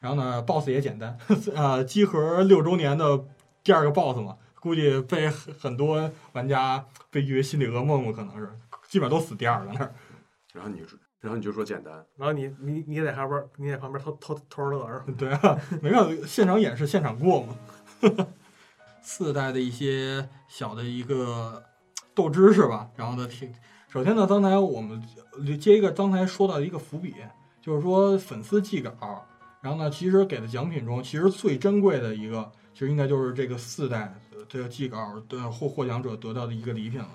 Speaker 1: 然后呢，BOSS 也简单， [laughs] 呃，集合六周年的第二个 BOSS 嘛，估计被很很多玩家被誉为心理噩梦了，可能是基本上都死第二了那儿。
Speaker 3: [laughs] 然后你就然后你就说简单，
Speaker 2: 然后你你你也在旁边，你也在旁边偷偷偷着乐是吧？
Speaker 1: [laughs] 对啊，没办法，现场演示现场过嘛。 [laughs] 四代的一些小的一个斗知识吧，然后呢，挺首先呢，刚才我们接一个刚才说到的一个伏笔，就是说粉丝寄稿，然后呢，其实给的奖品中，其实最珍贵的一个，其实应该就是这个四代呃这个寄稿的获获奖者得到的一个礼品了。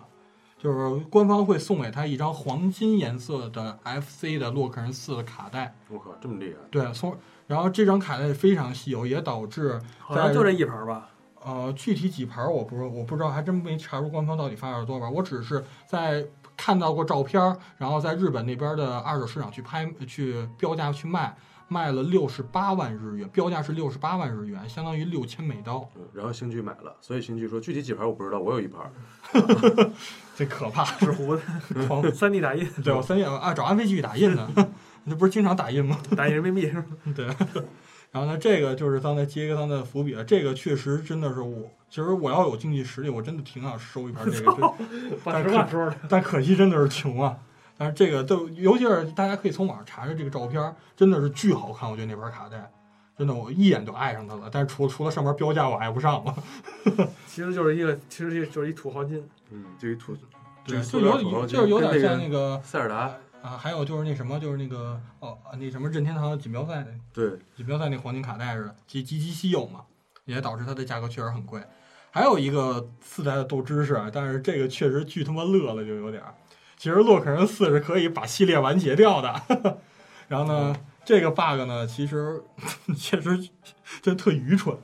Speaker 1: 就是官方会送给他一张黄金颜色的 FC 的洛克人四的卡带，
Speaker 3: 我靠，这么厉害！
Speaker 1: 对，送。然后这张卡带非常稀有，也导致
Speaker 2: 好像就这一盘吧。
Speaker 1: 呃具体几盘儿我不知我不知道，还真没查出官方到底发了多少盘儿。我只是在看到过照片儿，然后在日本那边的二手市场去拍去标价去卖，卖了六十八万日元，标价是六十八万日元，相当于六千美刀，
Speaker 3: 嗯然后星剧买了，所以星剧说具体几盘我不知道，我有一盘。
Speaker 1: 这可怕！
Speaker 2: 纸糊 [laughs] 的
Speaker 1: 狂
Speaker 2: 三 D 打印，
Speaker 1: 对我三月啊找安飞继续打印呢，你这不是经常打印吗？
Speaker 2: 打印人民币 [laughs] 是吧？
Speaker 1: [laughs] 对。然后呢，这个就是刚才接一个刚才的伏笔了。啊这个确实真的是我，其实我要有经济实力，我真的挺想收一盘这个，真
Speaker 2: 把实话说了，
Speaker 1: 但可惜真的是穷啊。但是这个都，尤其是大家可以从网上查查这个照片，真的是巨好看。我觉得那盘卡带，真的我一眼就爱上它了。但是除除了上面标价，我爱不上了。
Speaker 2: 其实就是一个，其实就是一土豪金。
Speaker 3: 嗯，这一图
Speaker 1: 对，
Speaker 3: 对
Speaker 1: 就
Speaker 3: 塑料土
Speaker 1: 有
Speaker 3: 豪金
Speaker 1: 就是有
Speaker 3: 跟
Speaker 1: 点
Speaker 3: 那
Speaker 1: 像
Speaker 3: 个
Speaker 1: 那个
Speaker 3: 塞尔达，
Speaker 1: 啊，还有就是那什么，就是那个哦，那什么任天堂的锦标赛那
Speaker 3: 对，
Speaker 1: 锦标赛那黄金卡带似的，极极其稀有嘛，也导致它的价格确实很贵。还有一个四代的斗知识，啊，但是这个确实巨他妈乐了，就有点儿。其实洛克人四是可以把系列完结掉的， [laughs] 然后呢，这个 bug 呢，其实 [laughs] 确实真特愚蠢，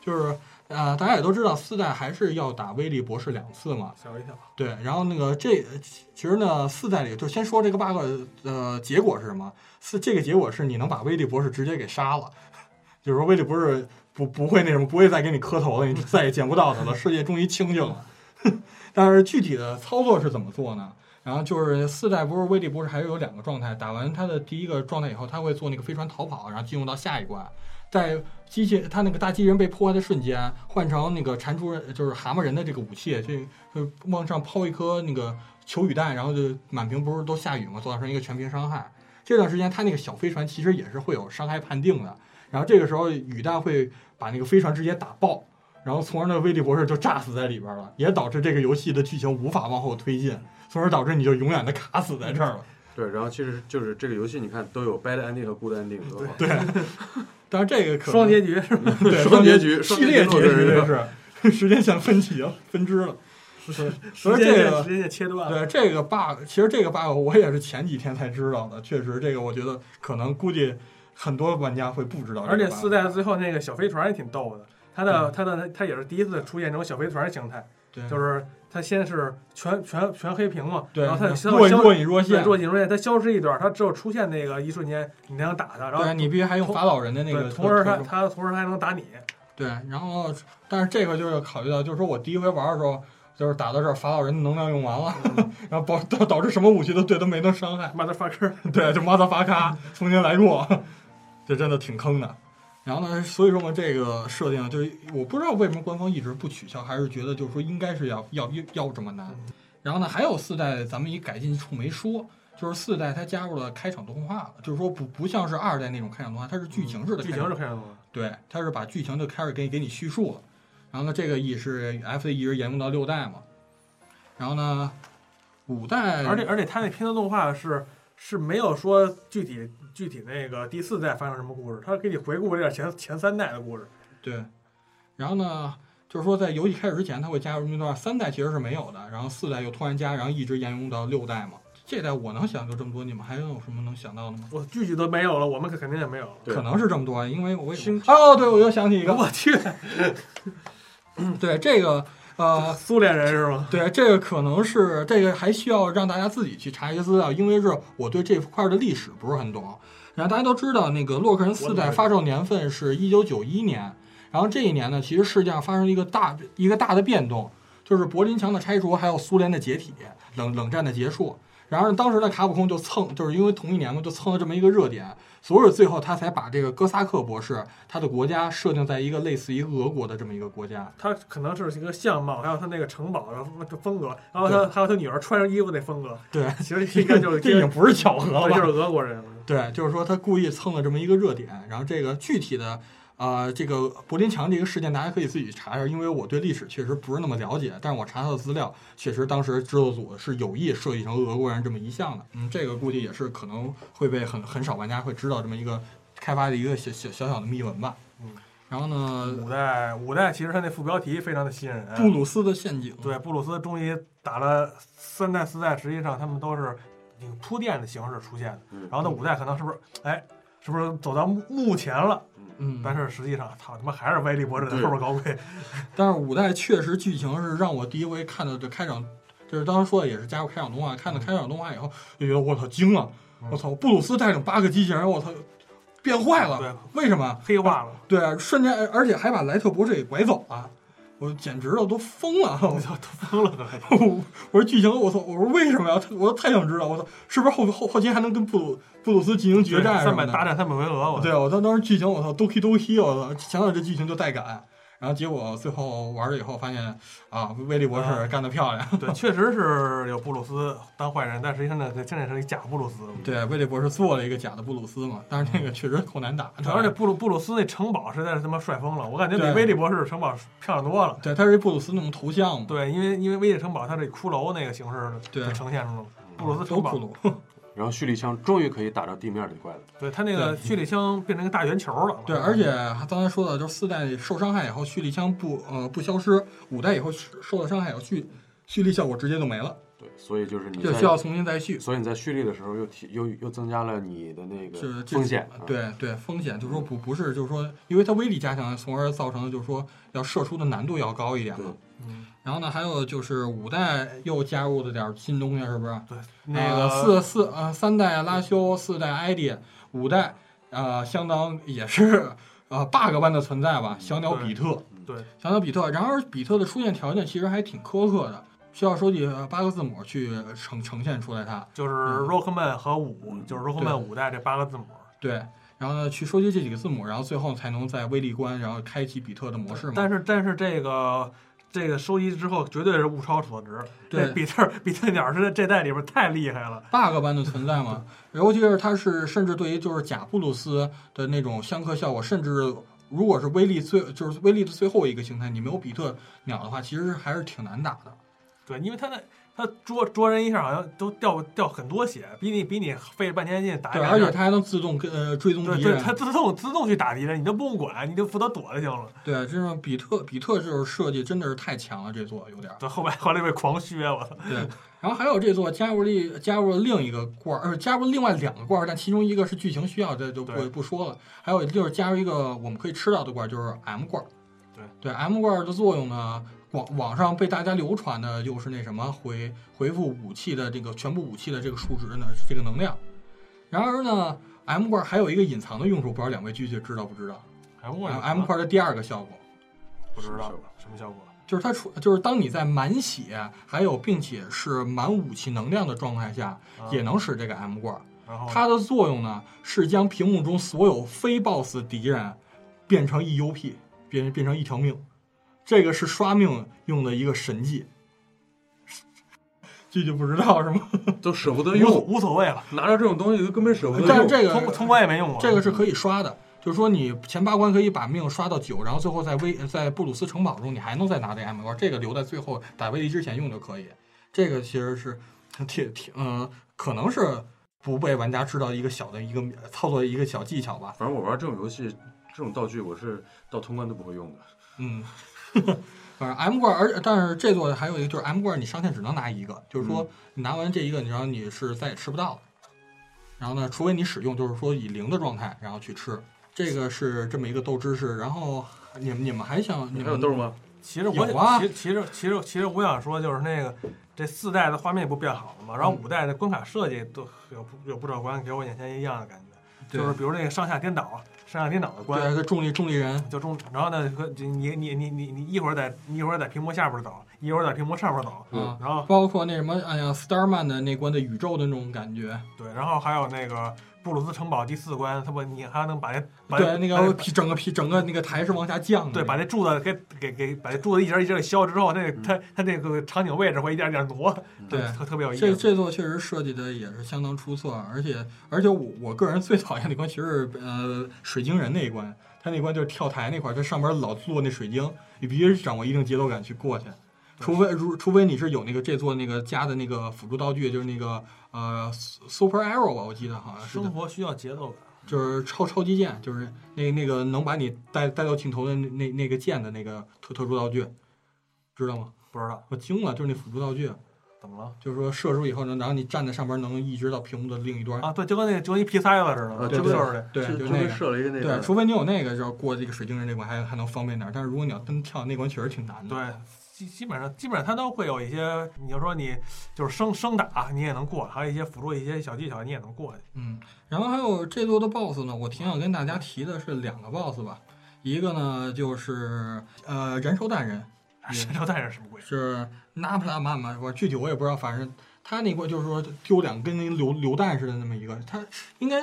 Speaker 1: 就是啊、呃大家也都知道四代还是要打威利博士两次嘛，
Speaker 2: 吓我一跳，
Speaker 1: 对，然后那个这其实呢，四代里就先说这个 bug 呃结果是什么？四这个结果是你能把威利博士直接给杀了， [laughs] 就是说威利博士不不会那什么，不会再给你磕头了，你再也见不到他了，世界终于清静了。 [laughs] 但是具体的操作是怎么做呢？然后就是四代不是威利博士还有两个状态，打完他的第一个状态以后，他会做那个飞船逃跑，然后进入到下一关。在机器他那个大机器人被破坏的瞬间，换成那个蟾蜍人就是蛤蟆人的这个武器，这就往上抛一颗那个球雨弹，然后就满屏不是都下雨嘛，造成一个全屏伤害。这段时间他那个小飞船其实也是会有伤害判定的，然后这个时候雨弹会把那个飞船直接打爆，然后从而呢威利博士就炸死在里边了，也导致这个游戏的剧情无法往后推进，从而导致你就永远的卡死在这儿了。
Speaker 3: 对，然后其实就是这个游戏，你看都有 bad ending 和 good ending，都有
Speaker 1: 对，但是这个可能
Speaker 2: 双结局是吧？
Speaker 3: [laughs]
Speaker 1: 对
Speaker 3: 双结局双
Speaker 1: 系
Speaker 3: 结局
Speaker 1: 列结
Speaker 3: 做的
Speaker 1: 局
Speaker 3: 是
Speaker 1: 这是 [laughs] 时间线分歧了，分支了。
Speaker 2: 时
Speaker 1: 所以
Speaker 2: 间
Speaker 1: 这
Speaker 2: 线
Speaker 1: 个
Speaker 2: 时间线切断
Speaker 1: 对
Speaker 2: 了。
Speaker 1: 这个 bug，其实这个 bug 我也是前几天才知道的。确实，这个我觉得可能估计很多玩家会不知道这个
Speaker 2: 而
Speaker 1: bug。
Speaker 2: 且四代的最后那个嗯小飞船也挺逗的，它的它的它也是第一次出现这种小飞船形态，
Speaker 1: 对
Speaker 2: 就是它先是全全全黑屏嘛，
Speaker 1: 嗯对
Speaker 2: 然后它它
Speaker 1: 若隐
Speaker 2: 消
Speaker 1: 若隐若现
Speaker 2: 对，若隐若现，它消失一段，它只有出现那个一瞬间，你才能打它，然后
Speaker 1: 对，你必须还用法老人的那个
Speaker 2: 对，同时它
Speaker 1: 特殊
Speaker 2: 它同时还能打你，
Speaker 1: 对，然后但是这个就是考虑到，就是说我第一回玩的时候，就是打到这儿，法老人的能量用完了，
Speaker 2: 嗯
Speaker 1: [laughs] 然后导导导致什么武器都对都没能伤害，
Speaker 2: 妈的发
Speaker 1: [laughs]
Speaker 2: 科，
Speaker 1: 对，就马达伐咔，重新来过，这真的挺坑的。然后呢，所以说嘛，这个设定啊就是我不知道为什么官方一直不取消，还是觉得就是说应该是要要要这么难。然后呢，还有四代咱们一改进处没说，就是四代它加入了开场动画了，就是说不不像是二代那种开场动画，它是剧情式的
Speaker 2: 嗯剧
Speaker 1: 开
Speaker 2: 情
Speaker 1: 场
Speaker 2: 是开什么？
Speaker 1: 对，它是把剧情就开始给给你叙述了。然后呢，这个也是 F 一直沿用到六代嘛。然后呢，五代
Speaker 2: 而且而且它那片头动画是是没有说具体具体那个第四代发生什么故事，它给你回顾这点前前三代的故事，
Speaker 1: 对，然后呢，就是说在游戏开始之前，它会加入那段三代其实是没有的，然后四代又突然加，然后一直沿用到六代嘛。这代我能想就这么多，你们还有什么能想到的吗？
Speaker 2: 我句句都没有了，我们可肯定也没有了。
Speaker 3: 对
Speaker 1: 可能是这么多，啊因为我也
Speaker 3: 星
Speaker 1: 哦，对，我啊又想起一个，嗯
Speaker 2: 我去，
Speaker 1: 对这个呃，
Speaker 2: 苏联人是吗？
Speaker 1: 对这个可能是这个还需要让大家自己去查一些资料，因为是我对这块的历史不是很懂。然后大家都知道，那个洛克人四代发售年份是一九九一年，然后这一年呢，其实世界上发生了一个大一个大的变动，就是柏林墙的拆除，还有苏联的解体，冷冷战的结束。然而当时的卡普空就蹭，就是因为同一年嘛，就蹭了这么一个热点，所以最后他才把这个哥萨克博士他的国家设定在一个类似于俄国的这么一个国家。
Speaker 2: 他可能是一个相貌，还有他那个城堡的风格，然后他还有他女儿穿上衣服那风格，
Speaker 1: 对，
Speaker 2: [laughs] 其实应该就是
Speaker 1: 这已经不是巧合了吧
Speaker 2: 对就是俄国人了。
Speaker 1: 对，就是说他故意蹭了这么一个热点，然后这个具体的，呃，这个柏林墙这个事件，大家可以自己查查，因为我对历史确实不是那么了解，但是我查到的资料，确实当时制作组是有意设计成俄国人这么一项的，嗯，这个估计也是可能会被很很少玩家会知道这么一个开发的一个小小小小的秘闻吧，
Speaker 2: 嗯，
Speaker 1: 然后呢，
Speaker 2: 五代五代其实他那副标题非常的吸引人，
Speaker 1: 布鲁斯的陷阱，
Speaker 2: 对布鲁斯终于打了三代四代，实际上他们都是那个铺垫的形式出现的。
Speaker 3: 嗯
Speaker 2: 然后呢，五代可能是不是哎，是不是走到幕幕前了？
Speaker 1: 嗯，
Speaker 2: 但是实际上，操他妈还是歪力博者在
Speaker 3: 对
Speaker 2: 后边搞鬼。 [laughs]
Speaker 1: 但是五代确实剧情是让我第一回看到这开场，就是当时说的也是加入开场动画，看到开场动画以后就觉得我操惊了，
Speaker 2: 嗯
Speaker 1: 我操布鲁斯带领八个机器人，我操变坏了，
Speaker 2: 对，
Speaker 1: 为什么？
Speaker 2: 黑化了，
Speaker 1: 对啊，瞬间而而且还把莱特博士给拐走了，我简直了都疯了，我操！
Speaker 2: 疯了
Speaker 1: [laughs]
Speaker 2: 都快。
Speaker 1: 我我说剧情，我操！我说为什么呀？我太想知道，我操！是不是后后后期还能跟布鲁布鲁斯进行决战什
Speaker 2: 三
Speaker 1: 么
Speaker 2: 百
Speaker 1: 的？
Speaker 2: 大战三百回合，我
Speaker 1: 对啊，我当当时剧情我操都 K 都 K，我操，想想这剧情就带感。然后结果最后玩了以后发现啊，威利博士
Speaker 2: 啊
Speaker 1: 干得漂亮。
Speaker 2: 对，确实是有布鲁斯当坏人，但实际上呢，现在是一假布鲁斯。
Speaker 1: [laughs] 对，威利博士做了一个假的布鲁斯嘛，但是那
Speaker 2: 嗯
Speaker 1: 个确实够难打的。
Speaker 2: 而且布鲁布鲁斯那城堡实在是他妈帅疯了，我感觉
Speaker 1: 对
Speaker 2: 比威利博士的城堡漂亮多了。
Speaker 1: 对，他是一布鲁斯那种头像嘛，
Speaker 2: 对，因为因为威利城堡它这骷髅那个形式
Speaker 1: 对嗯
Speaker 2: 就呈现出了布鲁斯
Speaker 1: 都
Speaker 2: 城
Speaker 1: 骷
Speaker 2: 堡，
Speaker 1: 髅。
Speaker 3: 然后蓄力枪终于可以打到地面里怪了，
Speaker 2: 对它那个蓄力枪变成一个大圆球了。
Speaker 1: 对，而且刚才说的就是四代受伤害以后蓄力枪不呃不消失，五代以后受了伤害以后蓄蓄力效果直接就没了，
Speaker 3: 对，所以就是你
Speaker 2: 嗯
Speaker 1: 就
Speaker 3: 在
Speaker 1: 需要重新再蓄。
Speaker 3: 所以你在蓄力的时候又提又又增加了你的那
Speaker 1: 是
Speaker 3: 个
Speaker 1: 这
Speaker 3: 风险，啊，
Speaker 1: 对对，风险就是说不不是，就是说，因为它威力加强，从而造成的就是说要射出的难度要高一点嘛。
Speaker 2: 嗯，
Speaker 1: 然后呢，还有就是五代又加入了点儿新东西，是不是？
Speaker 2: 对那
Speaker 1: 呃
Speaker 2: 个
Speaker 1: 四四呃三代拉修，四代埃迪，五代呃相当也是呃 bug 般的存在吧，小鸟比特。
Speaker 2: 对
Speaker 1: 想到比特，然而比特的出现条件其实还挺苛刻的，需要收集呃八个字母去呈呈现出来它。
Speaker 2: 就是
Speaker 1: 嗯
Speaker 2: Rockman 和五，就是 Rockman 五代这八个字母。
Speaker 1: 对，然后呢，去收集这几个字母，然后最后才能在威力关，然后开启比特的模式嘛。
Speaker 2: 但是但是这个这个收集之后，绝对是物超所值。
Speaker 1: 对
Speaker 2: 这比特比特鸟是在这代里边太厉害了。
Speaker 1: bug 般的存在嘛，尤其是它是甚至对于就是假布鲁斯的那种相克效果，甚至如果是威力最就是威力的最后一个形态，你没有比特鸟的话，其实还是挺难打的。
Speaker 2: 对，因为他那他捉捉人一下好像都掉掉很多血，比你比你费半天劲打一
Speaker 1: 对，
Speaker 2: 两
Speaker 1: 而且
Speaker 2: 下
Speaker 1: 它还能自动跟呃追踪
Speaker 2: 哎对
Speaker 1: 敌
Speaker 2: 对，
Speaker 1: 人。
Speaker 2: 他自动自动去打敌人，你都不用管，你就负责躲就行了。
Speaker 1: 对，这种比特比特这种设计真的是太强了，这座有点儿。
Speaker 2: 对，后来后来被狂削，我操！
Speaker 1: 对，然后还有这座加入了加入了另一个罐儿，呃，加入了另外两个罐儿，但其中一个是剧情需要，这就不
Speaker 2: 对
Speaker 1: 不说了。还有就是加入一个我们可以吃到的罐儿，就是 M 罐儿。
Speaker 2: 对
Speaker 1: 对，M 罐儿的作用呢，网网上被大家流传的就是那什么回回复武器的这个全部武器的这个数值呢，这个能量。然而呢，M 罐儿还有一个隐藏的用处，不知道两位继续知道不知道
Speaker 2: 哎，我
Speaker 1: ？M M 罐儿的第二个效果。
Speaker 2: 不知道什么效果。
Speaker 1: 就是它除就是当你在满血，还有并且是满武器能量的状态下，
Speaker 2: 啊
Speaker 1: 也能使这个 M 罐儿。
Speaker 2: 然后
Speaker 1: 它的作用呢是将屏幕中所有非 BOSS 敌人变成 EUP，变变成一条命。这个是刷命用的一个神技， [laughs] 这就不知道是吗？
Speaker 3: 都舍不得
Speaker 2: 无所
Speaker 3: 用，
Speaker 2: 无所谓了，
Speaker 3: 拿到这种东西都根本舍不得
Speaker 1: 但是这
Speaker 3: 用。
Speaker 2: 通
Speaker 1: 个
Speaker 2: 通关也没用过。
Speaker 1: 这个是可以刷的，就是说你前八关可以把命刷到九，然后最后在威在布鲁斯城堡中你还能再拿这 M 罐，这个留在最后打威力之前用就可以。这个其实是挺挺嗯，可能是不被玩家知道一个小的一个操作一个小技巧吧。
Speaker 3: 反正我玩这种游戏，这种道具我是到通关都不会用的。
Speaker 1: 嗯， [laughs] 反正 M 罐，而且但是这座还有一个就是 M 罐，你上线只能拿一个，就是说你拿完这一个，你然后你是再也吃不到了。然后呢，除非你使用，就是说以零的状态然后去吃，这个是这么一个豆知识。然后你们你们还想你
Speaker 3: 你
Speaker 1: 们
Speaker 3: 还有豆吗？
Speaker 2: 其实我
Speaker 1: 有啊
Speaker 2: 其其实其实其实我想说就是那个这四代的画面不变好了吗？然后
Speaker 1: 嗯
Speaker 2: 五代的关卡设计都有不有不少关给我眼前一亮的感觉，
Speaker 1: 对
Speaker 2: 就是比如那个上下颠倒、上下颠倒的
Speaker 1: 对
Speaker 2: 关
Speaker 1: 一。个重力重力人，
Speaker 2: 就中，然后呢，和你你你你你你一会儿在你一会儿在屏幕下边走，一会儿在屏幕上边走，
Speaker 1: 嗯
Speaker 2: 然后
Speaker 1: 包括那什么，哎呀，Starman 的那关的宇宙的那种感觉，
Speaker 2: 对，然后还有那个布鲁斯城堡第四关，他不你还能把那把
Speaker 1: 对那个
Speaker 2: 把
Speaker 1: 皮整个皮整个那个台是往下降的，
Speaker 2: 对把那柱子给给给把那柱子一节一节给削之后，那个它它那个场景位置会一点一点挪，
Speaker 1: 嗯
Speaker 2: [laughs]
Speaker 1: 对
Speaker 2: 特特别有意
Speaker 1: 这
Speaker 2: 思。
Speaker 1: 这座确实设计的也是相当出色，啊而且而且我我个人最讨厌的一关其实是呃水晶人那一关，他那关就是跳台那块儿，它上边老落那水晶，你必须掌握一定节奏感去过去，除非如除非你是有那个这座那个加的那个辅助道具，就是那个呃 Super Arrow 吧，我记得好啊像是的
Speaker 2: 生活需要节奏感，
Speaker 1: 就是超超级剑，就是那那个能把你带带到尽头的那那那个剑的那个特特殊道具，知道吗？
Speaker 2: 不知道
Speaker 1: 我惊了，就是那辅助道具。啊
Speaker 2: 怎么了？
Speaker 1: 就是说射出以后呢，然后你站在上边能一直到屏幕的另一端。
Speaker 2: 啊，对，就跟那个就跟一皮塞子似
Speaker 3: 啊
Speaker 2: 的，
Speaker 1: 对
Speaker 2: 就
Speaker 1: 对
Speaker 2: 就是这。
Speaker 1: 对，
Speaker 3: 是
Speaker 1: 就
Speaker 3: 就
Speaker 1: 那
Speaker 3: 跟
Speaker 1: 个。
Speaker 3: 射了一个那
Speaker 1: 对，
Speaker 3: 个，
Speaker 1: 除非你有那个，就是过这个水晶人这关还还能方便点儿。但是如果你要真跳那关，确实挺难的。
Speaker 2: 对，基基本上基本上它都会有一些，你就说你就是生生打你也能过，还有一些辅助一些小技巧你也能过去。
Speaker 1: 嗯，然后还有这座的 BOSS 呢，我挺想跟大家提的是两个 BOSS 吧，一个呢就是呃燃烧弹人，
Speaker 2: 神州蛋是什么鬼？
Speaker 1: 是纳普拉曼嘛，我具体我也不知道，反正他那关就是说丢两根那榴榴弹似的那么一个，他应该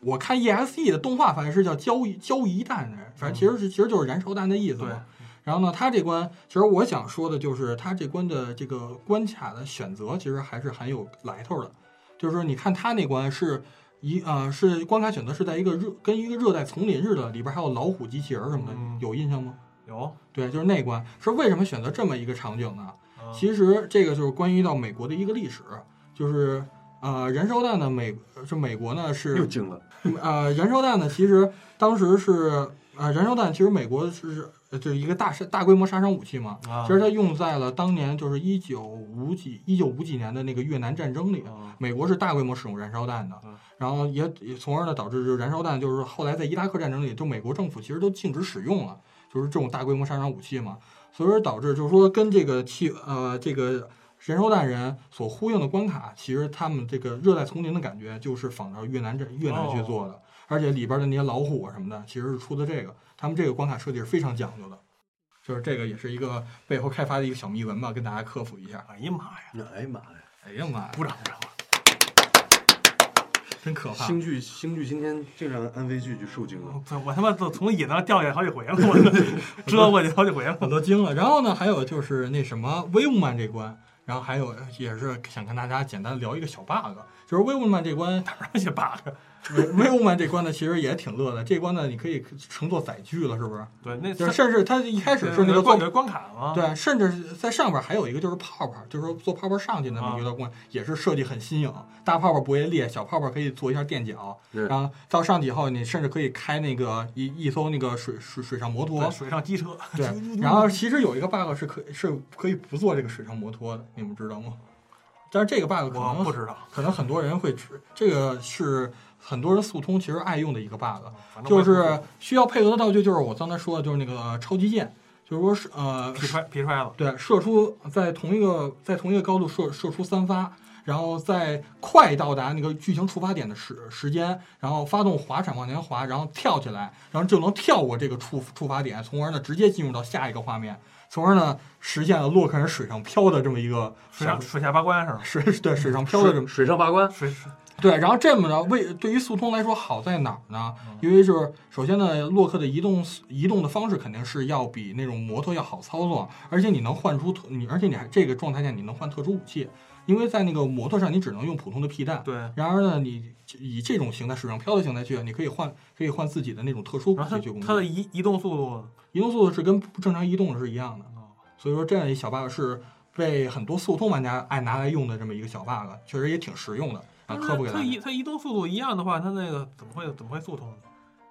Speaker 1: 我看 ESE 的动画反正是叫交易交易弹人，反正其实是、其实就是燃烧弹的意思
Speaker 2: 对
Speaker 1: 嘛。然后呢，他这关其实我想说的就是，他这关的这个关卡的选择其实还是很有来头的。就是说，你看他那关是一呃是关卡选择是在一个热跟一个热带丛林似的，里边还有老虎、机器人什么的，
Speaker 2: 嗯
Speaker 1: 有印象吗？
Speaker 2: 有，
Speaker 1: 对，就是那关是为什么选择这么一个场景呢？
Speaker 2: 嗯
Speaker 1: 其实这个就是关于到美国的一个历史，就是呃燃烧弹呢美是美国呢是
Speaker 3: 又惊了，
Speaker 1: 呃，燃烧弹呢，其实当时是呃，燃烧弹其实美国是呃就是一个大杀大规模杀伤武器嘛。
Speaker 2: 啊
Speaker 1: 其实它用在了当年就是一九五几一九五几年的那个越南战争里，
Speaker 2: 嗯
Speaker 1: 美国是大规模使用燃烧弹的
Speaker 2: 嗯，
Speaker 1: 然后也也从而呢导致就是燃烧弹就是后来在伊拉克战争里，就美国政府其实都禁止使用了，就是这种大规模杀伤武器嘛，所以说导致就是说跟这个气呃这个燃烧弹人所呼应的关卡，其实他们这个热带丛林的感觉就是仿照越南这越南去做的，而且里边的那些老虎啊什么的，其实是出的这个，他们这个关卡设计是非常讲究的。就是这个也是一个背后开发的一个小秘闻吧，跟大家科普一下。
Speaker 2: 哎呀妈呀，
Speaker 3: 哎呀妈呀！
Speaker 1: 哎呀妈呀，
Speaker 2: 鼓掌鼓掌！
Speaker 1: 真可怕！
Speaker 3: 星剧星剧今天竟然安慰剧就受惊了，
Speaker 2: 我我他妈都从椅子上掉下来好几回了，我都
Speaker 1: [laughs]
Speaker 2: 折过去好几回了。
Speaker 1: 我都惊了。然后呢，还有就是那什么威武曼这关，然后还有也是想跟大家简单聊一个小 bug，就是威武曼这 [laughs] 关，
Speaker 2: 而且 bug，
Speaker 1: 威武曼这关呢其实也挺乐的。这关呢，你可以乘坐载具了，是不是？
Speaker 2: 对，那
Speaker 1: 就是甚至它一开始是那
Speaker 2: 那
Speaker 1: 个
Speaker 2: 关
Speaker 1: 坐。
Speaker 2: 关卡吗？
Speaker 1: 对，甚至是在上边还有一个就是泡泡，就是说坐泡泡上去的那么一个关，也是设计很新颖。大泡泡不会裂，小泡泡可以做一下垫脚，
Speaker 3: 对
Speaker 1: 然后到上去以后，你甚至可以开那个一一艘那个水水水上摩托，
Speaker 2: 对，水上机车。
Speaker 1: 对，然后其实有一个 bug 是可是可以不做这个水上摩托的，你们知道吗？但是这个 bug 可
Speaker 2: 我不
Speaker 1: 能
Speaker 2: 知道，
Speaker 1: 可能很多人会知，这个是很多人速通其实爱用的一个 bug，
Speaker 2: 反正我
Speaker 1: 就
Speaker 2: 也不知道
Speaker 1: 是需要配合的道具就是我刚才说的，就是那个超级剑，就是说是呃
Speaker 2: 皮揣皮揣子，
Speaker 1: 对，射出在同一个在同一个高度射射出三发，然后在快到达那个剧情触发点的时时间，然后发动滑铲往前滑，然后跳起来，然后就能跳过这个触触发点，从而呢直接进入到下一个画面，从而呢实现了洛克人水上漂的这么一个
Speaker 2: 水上水下八关是吗？
Speaker 1: 水对水上漂的这
Speaker 3: 水
Speaker 1: 么
Speaker 3: 水上八关，
Speaker 2: 水水
Speaker 1: 对，然后这么着为对于速通来说好在哪儿呢？因为就是首先呢，洛克的移动移动的方式肯定是要比那种摩托要好操作，而且你能换出特你，而且你还这个状态下你能换特殊武器，因为在那个摩托上你只能用普通的屁弹。
Speaker 2: 对，
Speaker 1: 然而呢，你以这种形态水上漂的形态去，你可以换可以换自己的那种特殊武
Speaker 2: 然后
Speaker 1: 器去攻击
Speaker 2: 它它。的移移动速度呢，
Speaker 1: 移动速度是跟正常移动是一样的，
Speaker 2: 哦
Speaker 1: 所以说这样一小 bug 是被很多速通玩家爱拿来用的这么一个小 bug，确实也挺实用的。啊，
Speaker 2: 但是
Speaker 1: 科普给大
Speaker 2: 它
Speaker 1: 家。
Speaker 2: 移它移动速度一样的话，它那个怎么会怎么会速通呢？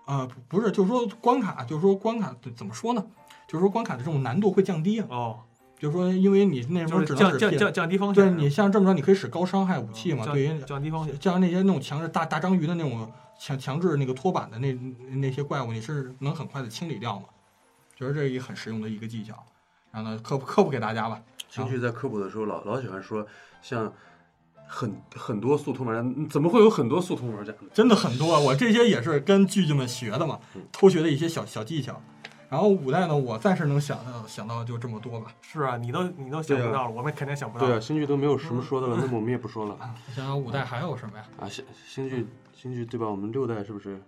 Speaker 1: 啊、不不是，就是说关卡，就是说关卡怎么说呢？就是说关卡的这种难度会降低啊，
Speaker 2: 哦，
Speaker 1: 就是说因为你那时
Speaker 2: 就
Speaker 1: 候
Speaker 2: 是
Speaker 1: 只能使
Speaker 2: 降降
Speaker 1: 屁
Speaker 2: 降降低风险
Speaker 1: 对
Speaker 2: 是吧，
Speaker 1: 你像这么着，你可以使高伤害武器嘛，
Speaker 2: 降
Speaker 1: 对于
Speaker 2: 降低风险。
Speaker 1: 像那些那种强制大大章鱼的那种强强制那个拖板的那那些怪物，你是能很快的清理掉嘛？觉得这是一个很实用的一个技巧。然后呢，科普科普给大家吧。
Speaker 3: 星剧在科普的时候老老喜欢说，像很很多速通玩家，嗯怎么会有很多速通玩家呢？
Speaker 1: 真的很多啊！我这些也是跟剧剧们学的嘛，偷学的一些小小技巧。然后五代呢，我暂时能想到想到就这么多吧。
Speaker 2: 是啊，你都你都想
Speaker 3: 对啊
Speaker 2: 不到了，我们肯定想不到。
Speaker 3: 对啊，星剧都没有什么说的了，那么我们也不说了
Speaker 1: 我啊想想五代还有什么呀？
Speaker 3: 啊。星星剧星剧对吧？我们六代是不是？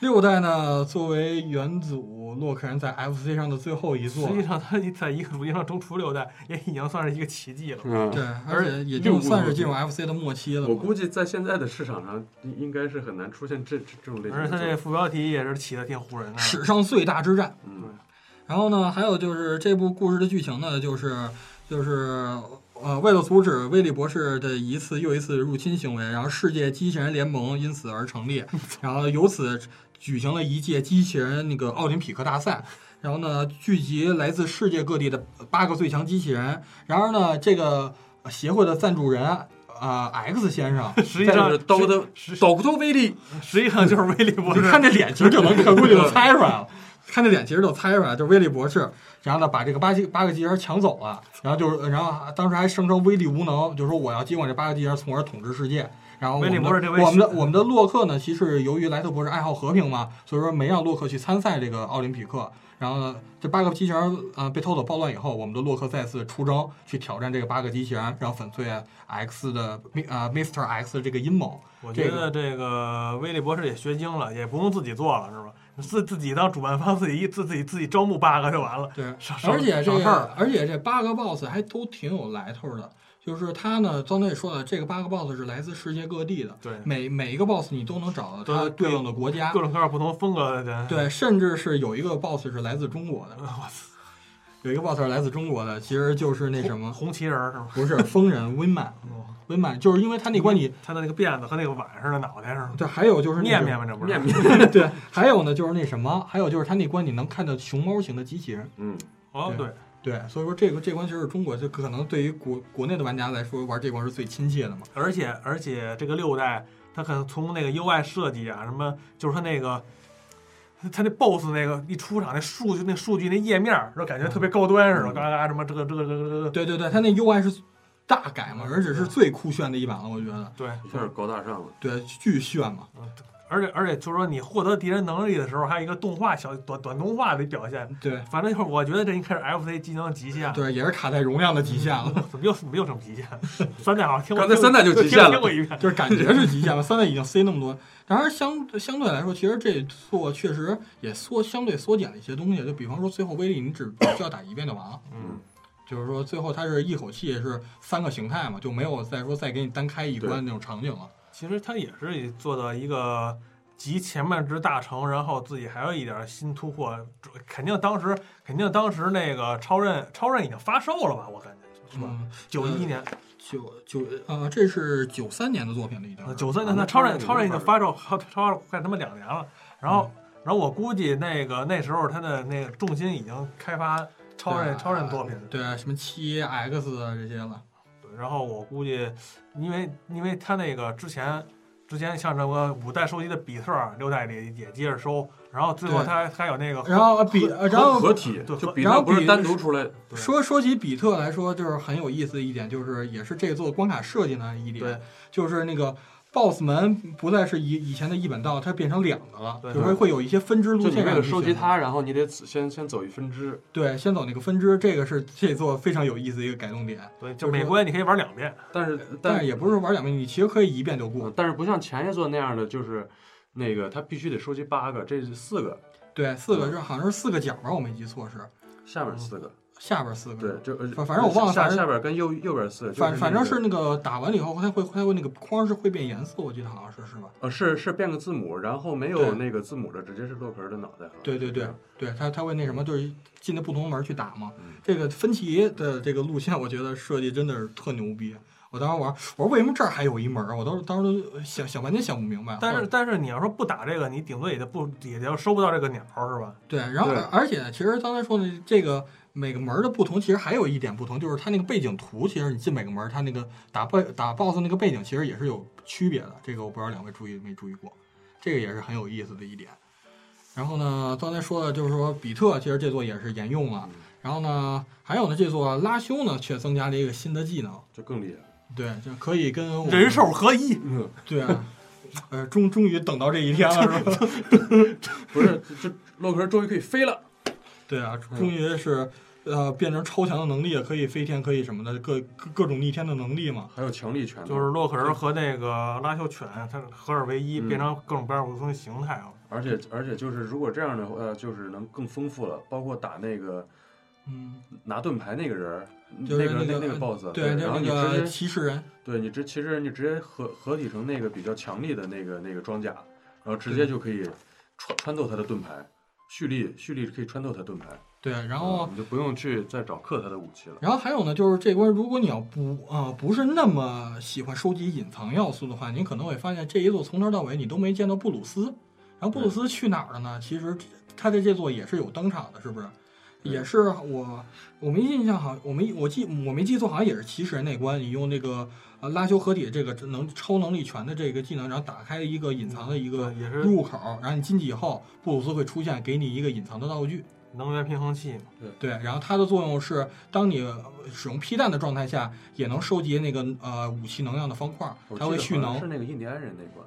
Speaker 1: 六代呢，作为元祖洛克人在 FC 上的最后一座
Speaker 2: 实，际上，它在一个主 [laughs] 机上中除六代，也已经算是一个奇迹了。
Speaker 3: 嗯，
Speaker 1: 对，而且也就算是进入 FC 的末期了
Speaker 3: 我
Speaker 1: 嘛。
Speaker 3: 估计在现在的市场上，应应该是很难出现这这这种类型
Speaker 2: 而
Speaker 3: 的
Speaker 2: 且它
Speaker 3: 作
Speaker 2: 这
Speaker 3: 品。
Speaker 2: 副标题也是起的挺唬人的。
Speaker 1: 史上最大之战。
Speaker 3: 嗯，
Speaker 1: 然后呢，还有就是这部故事的剧情呢，就是就是呃，为了阻止威利博士的一次又一次入侵行为，然后世界机器人联盟因此而成立，然后由此举行了一届机器人那个奥林匹克大赛。然后呢，聚集来自世界各地的八个最强机器人。然而呢，这个协会的赞助人啊、X 先生，
Speaker 2: 实际
Speaker 3: 再
Speaker 2: 上
Speaker 3: 就是刀的
Speaker 2: 实实
Speaker 3: 抖头威力，
Speaker 2: 实际上就是威力博
Speaker 1: 你
Speaker 2: 士，
Speaker 1: 看这脸其实就能看，估计就猜出来了。 [laughs] 看这脸其实就猜出来了，就是威利博士，然后呢把这个八机八个机器人抢走了，然后就是，然后当时还声称威力无能，就说我要接管这八个机器人，从而统治世界。然后我
Speaker 2: 威利
Speaker 1: 们
Speaker 2: 博士这
Speaker 1: 的
Speaker 2: 位
Speaker 1: 我们的我们的洛克呢，其实由于莱特博士爱好和平嘛，所以说没让洛克去参赛这个奥林匹克。然后呢，这八个机器人啊、呃被偷走暴乱以后，我们的洛克再次出征去挑战这个八个机器人，然后粉碎 X 的啊、呃、Mr X 的这个阴谋。
Speaker 2: 我觉得这个威利博士也学精了，也不用自己做了，是吧？自自己当主办方，自己自自己自己招募八个就完了，
Speaker 1: 对，
Speaker 2: 省省
Speaker 1: 而且这
Speaker 2: 省事儿
Speaker 1: 个，。而且这八个 boss 还都挺有来头的。就是他呢，刚才也说了，这个八个 boss 是来自世界各地的，
Speaker 2: 对，
Speaker 1: 每每一个 boss 你都能找到它
Speaker 2: 对
Speaker 1: 对应的国家
Speaker 2: 各，种各样不同风格的人，
Speaker 1: 对，甚至是有一个 boss 是来自中国
Speaker 2: [laughs]
Speaker 1: 的，有一个 boss 是来自中国的，其实就是那什么，
Speaker 2: 红旗哦人儿是吗？
Speaker 1: 不是疯人
Speaker 2: [laughs]
Speaker 1: Winman Winman，就是因为他那关你，
Speaker 2: 他的那个辫子和那个碗似的脑袋似的，
Speaker 1: 对，还有就是那
Speaker 2: 嗯面
Speaker 1: 什
Speaker 2: 面
Speaker 1: 么，
Speaker 2: 嘛，这不是
Speaker 3: 面面，
Speaker 1: [laughs] 对，还有呢就是那什么，还有就是他那关你能看到熊猫型的机器人，
Speaker 3: 嗯，
Speaker 2: 哦，对，
Speaker 1: 对，所以说这个这关其实是中国，就可能对于国国内的玩家来说，玩这关是最亲切的嘛。
Speaker 2: 而且而且这个六代，它可能从那个 UI 设计啊，什么就是它那个，它那 BOSS 那个一出场那数据那数据那页面儿，然后感觉特别高端似的，
Speaker 3: 嗯
Speaker 2: 嘎嘎什么这个这个这个这个，
Speaker 1: 对对对，它那 UI 是大改嘛，而且是最酷炫的一版了，我觉得，
Speaker 2: 对，
Speaker 3: 一下高大上了。
Speaker 1: 对，巨炫嘛。
Speaker 2: 而且而且就是说你获得敌人能力的时候，还有一个动画小短短动画的表现，
Speaker 1: 对
Speaker 2: 反正就是我觉得这应该是 FC 技能的极限。
Speaker 1: 对，也是卡在容量的极限了， [laughs]
Speaker 2: 怎么又怎么又成极限？三代好像听过，
Speaker 3: 刚才三代就极限了
Speaker 2: 听过一遍。
Speaker 1: 就是感觉是极限了。三代已经塞那么多，当然相相对来说，其实这做确实也缩相对缩减了一些东西，就比方说最后威力你只只需要打一遍就完了。
Speaker 2: 嗯，
Speaker 1: 就是说，最后它是一口气是三个形态嘛，就没有再说再给你单开一关那种场景了。
Speaker 2: 其实他也是做到一个集前面之大成，然后自己还有一点新突破。肯定当时，肯定当时那个超任，超任已经发售了吧？我感觉是吧？
Speaker 1: 嗯，
Speaker 2: 九一年，
Speaker 1: 九九呃，这是九三年的作品了，已经是。
Speaker 2: 九三
Speaker 3: 啊
Speaker 2: 年，
Speaker 3: 那
Speaker 2: 那超
Speaker 3: 超任
Speaker 2: 任，
Speaker 3: 已经
Speaker 2: 超任已经
Speaker 3: 发
Speaker 2: 发售，超超任快他妈两年了。然后，然后我估计那个那时候他的那个重心已经开发超
Speaker 1: 对
Speaker 2: 任
Speaker 1: 啊
Speaker 2: 超任作品了。
Speaker 1: 对什么七 X 啊这些了，
Speaker 2: 对，然后我估计，因为因为他那个之前之前像什么五代收集的比特，六代里也接着收，然后最后
Speaker 1: 对
Speaker 2: 他还有
Speaker 3: 啊
Speaker 2: 那个
Speaker 1: 然后比呃然后
Speaker 3: 合体
Speaker 2: 对
Speaker 3: 就
Speaker 2: 合
Speaker 3: 比
Speaker 1: 然
Speaker 3: 特
Speaker 1: 后
Speaker 3: 不是
Speaker 1: 比
Speaker 3: 单独出来的，
Speaker 2: 对
Speaker 1: 说说起比特来说，就是很有意思的一点，就是也是这座关卡设计呢一
Speaker 2: 对
Speaker 1: 点，就是那个 BOSS 门不再是以以前的一本道，它变成两个了，
Speaker 2: 对
Speaker 1: 就会会有一些分支
Speaker 3: 就
Speaker 1: 路
Speaker 3: 你
Speaker 1: 线
Speaker 3: 为
Speaker 1: 让
Speaker 3: 了
Speaker 1: 去
Speaker 3: 收集
Speaker 1: 选择，
Speaker 3: 它，然后你得先先走一分支，
Speaker 1: 对，先走那个分支，这个是这座非常有意思的一个改动点。
Speaker 2: 对，
Speaker 1: 就
Speaker 2: 就
Speaker 1: 是
Speaker 2: 每
Speaker 1: 说
Speaker 2: 关你可以玩两遍，
Speaker 1: 啊
Speaker 3: 但是
Speaker 1: 呃但是也不是玩两遍，你其实可以一遍就
Speaker 3: 嗯
Speaker 1: 过。
Speaker 3: 但是不像前一座那样的，就是那个他必须得收集八个，这是四个，
Speaker 1: 对，四个是好像是四个角吧，我没记错是
Speaker 3: 下边四个，
Speaker 1: 下边四个
Speaker 3: 对
Speaker 1: 是，，
Speaker 3: 就
Speaker 1: 嗯
Speaker 3: 呃
Speaker 1: 反反正我忘了
Speaker 3: 下
Speaker 1: 反正
Speaker 3: 下边跟右右边四个，
Speaker 1: 反反正是
Speaker 3: 那个
Speaker 1: 那个打完了以后，它会它会那个框是会变颜色，我记得好像是是吧？
Speaker 3: 呃是是变个字母，然后没有
Speaker 1: 对
Speaker 3: 那个字母的，直接是洛克人的脑袋啊，
Speaker 1: 对对对对，他他会那什么，就是进的不同门儿去打嘛
Speaker 3: 嗯。
Speaker 1: 这个分歧的这个路线，我觉得设计真的是特牛逼。我当时玩，我说为什么这儿还有一门儿？我当时当时都呃想想半天想不明白。
Speaker 2: 但是但是你要说不打这个，你顶多也就不也就收不到这个鸟是吧？
Speaker 1: 对，然后
Speaker 3: 对
Speaker 1: 而且其实刚才说的这个每个门儿的不同，其实还有一点不同，就是它那个背景图，其实你进每个门儿，它那个打 b 打 BOSS 那个背景其实也是有区别的。这个我不知道两位注意没注意过，这个也是很有意思的一点。然后呢，刚才说的就是说比特，其实这座也是沿用了
Speaker 3: 嗯。
Speaker 1: 然后呢，还有呢，这座拉修呢却增加了一个新的技能，
Speaker 3: 就更厉害了，
Speaker 1: 对，就可以跟我们
Speaker 2: 人兽合一，
Speaker 3: 嗯，
Speaker 1: 对啊，呃，终终于等到这一天了，是吧？
Speaker 3: [laughs] 不是这这洛克人终于可以飞了，
Speaker 1: 对啊，
Speaker 3: 嗯
Speaker 1: 终于是呃变成超强的能力，了，可以飞天，可以什么的，各各各种逆天的能力嘛。
Speaker 3: 还有强力拳头，
Speaker 2: 就是洛克人和那个拉修犬，它合二为一，
Speaker 3: 嗯
Speaker 2: 变成各种各样不同的形态啊。
Speaker 3: 而且而且就是如果这样的话，呃就是能更丰富了，包括打那个
Speaker 1: 嗯，
Speaker 3: 拿盾牌那个人儿，
Speaker 1: 就是
Speaker 3: 那个
Speaker 1: 那
Speaker 3: 那
Speaker 1: 个呃
Speaker 3: 个 boss，
Speaker 1: 对，就
Speaker 3: 然
Speaker 1: 那
Speaker 3: 后你
Speaker 1: 个
Speaker 3: 直接
Speaker 1: 骑士人，
Speaker 3: 对你直其实你直接合合体成那个比较强力的那个那个装甲，然后直接就可以穿穿透他的盾牌，蓄力蓄力可以穿透他盾牌，
Speaker 1: 对，然
Speaker 3: 嗯
Speaker 1: 后。
Speaker 3: 你就不用去再找克他的武器了。
Speaker 1: 然后还有呢，就是这关，如果你要不啊、不是那么喜欢收集隐藏要素的话，你可能会发现这一座从头到尾你都没见到布鲁斯。然后布鲁斯去哪儿了呢？其实这他在这座也是有登场的，是不是？也是我我没印象，好像我没我记我没记错，好像也是骑士人那关，你用那个呃拉修合体这个能超能力拳的这个技能，然后打开一个隐藏的一个
Speaker 2: 对，也是
Speaker 1: 入口，然后你进去以后，布鲁斯会出现给你一个隐藏的道具。
Speaker 2: 能源平衡器嘛。
Speaker 1: 对，然后它的作用是，当你呃使用劈弹的状态下，也能收集那个呃武器能量的方块，它会蓄
Speaker 3: 是
Speaker 1: 能。
Speaker 3: 哦那个印第安人那关，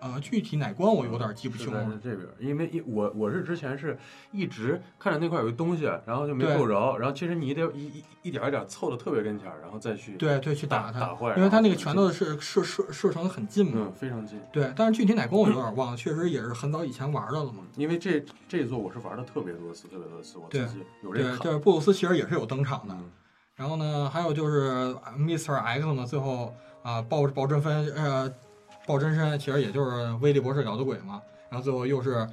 Speaker 1: 呃，具体哪关我有点记不清
Speaker 3: 是
Speaker 1: 了。
Speaker 3: 在这边，因为一我我是之前是一直看着那块有个东西，然后就没
Speaker 1: 对
Speaker 3: 够着，然后其实你得一一一点一点凑到特别跟前儿，然后再去
Speaker 1: 对对，去
Speaker 3: 打
Speaker 1: 打它，
Speaker 3: 打坏，
Speaker 1: 因为它那个
Speaker 3: 拳
Speaker 1: 拳
Speaker 3: 头
Speaker 1: 头是射射射程很近嘛。
Speaker 3: 嗯非常近。
Speaker 1: 对，但是具体哪关我有点忘了，确实也是很早以前玩的了嘛。
Speaker 3: 因为这这一座我是玩的特别多次，特别多次，我自
Speaker 1: 对
Speaker 3: 己有这
Speaker 1: 对
Speaker 3: 个，坎。
Speaker 1: 就是布鲁斯其实也是有登场的。
Speaker 3: 嗯
Speaker 1: 然后呢，还有就是 Mr. X 嘛，最后啊、爆爆真分呃爆真身，其实也就是威利博士搞的鬼嘛。然后最后又是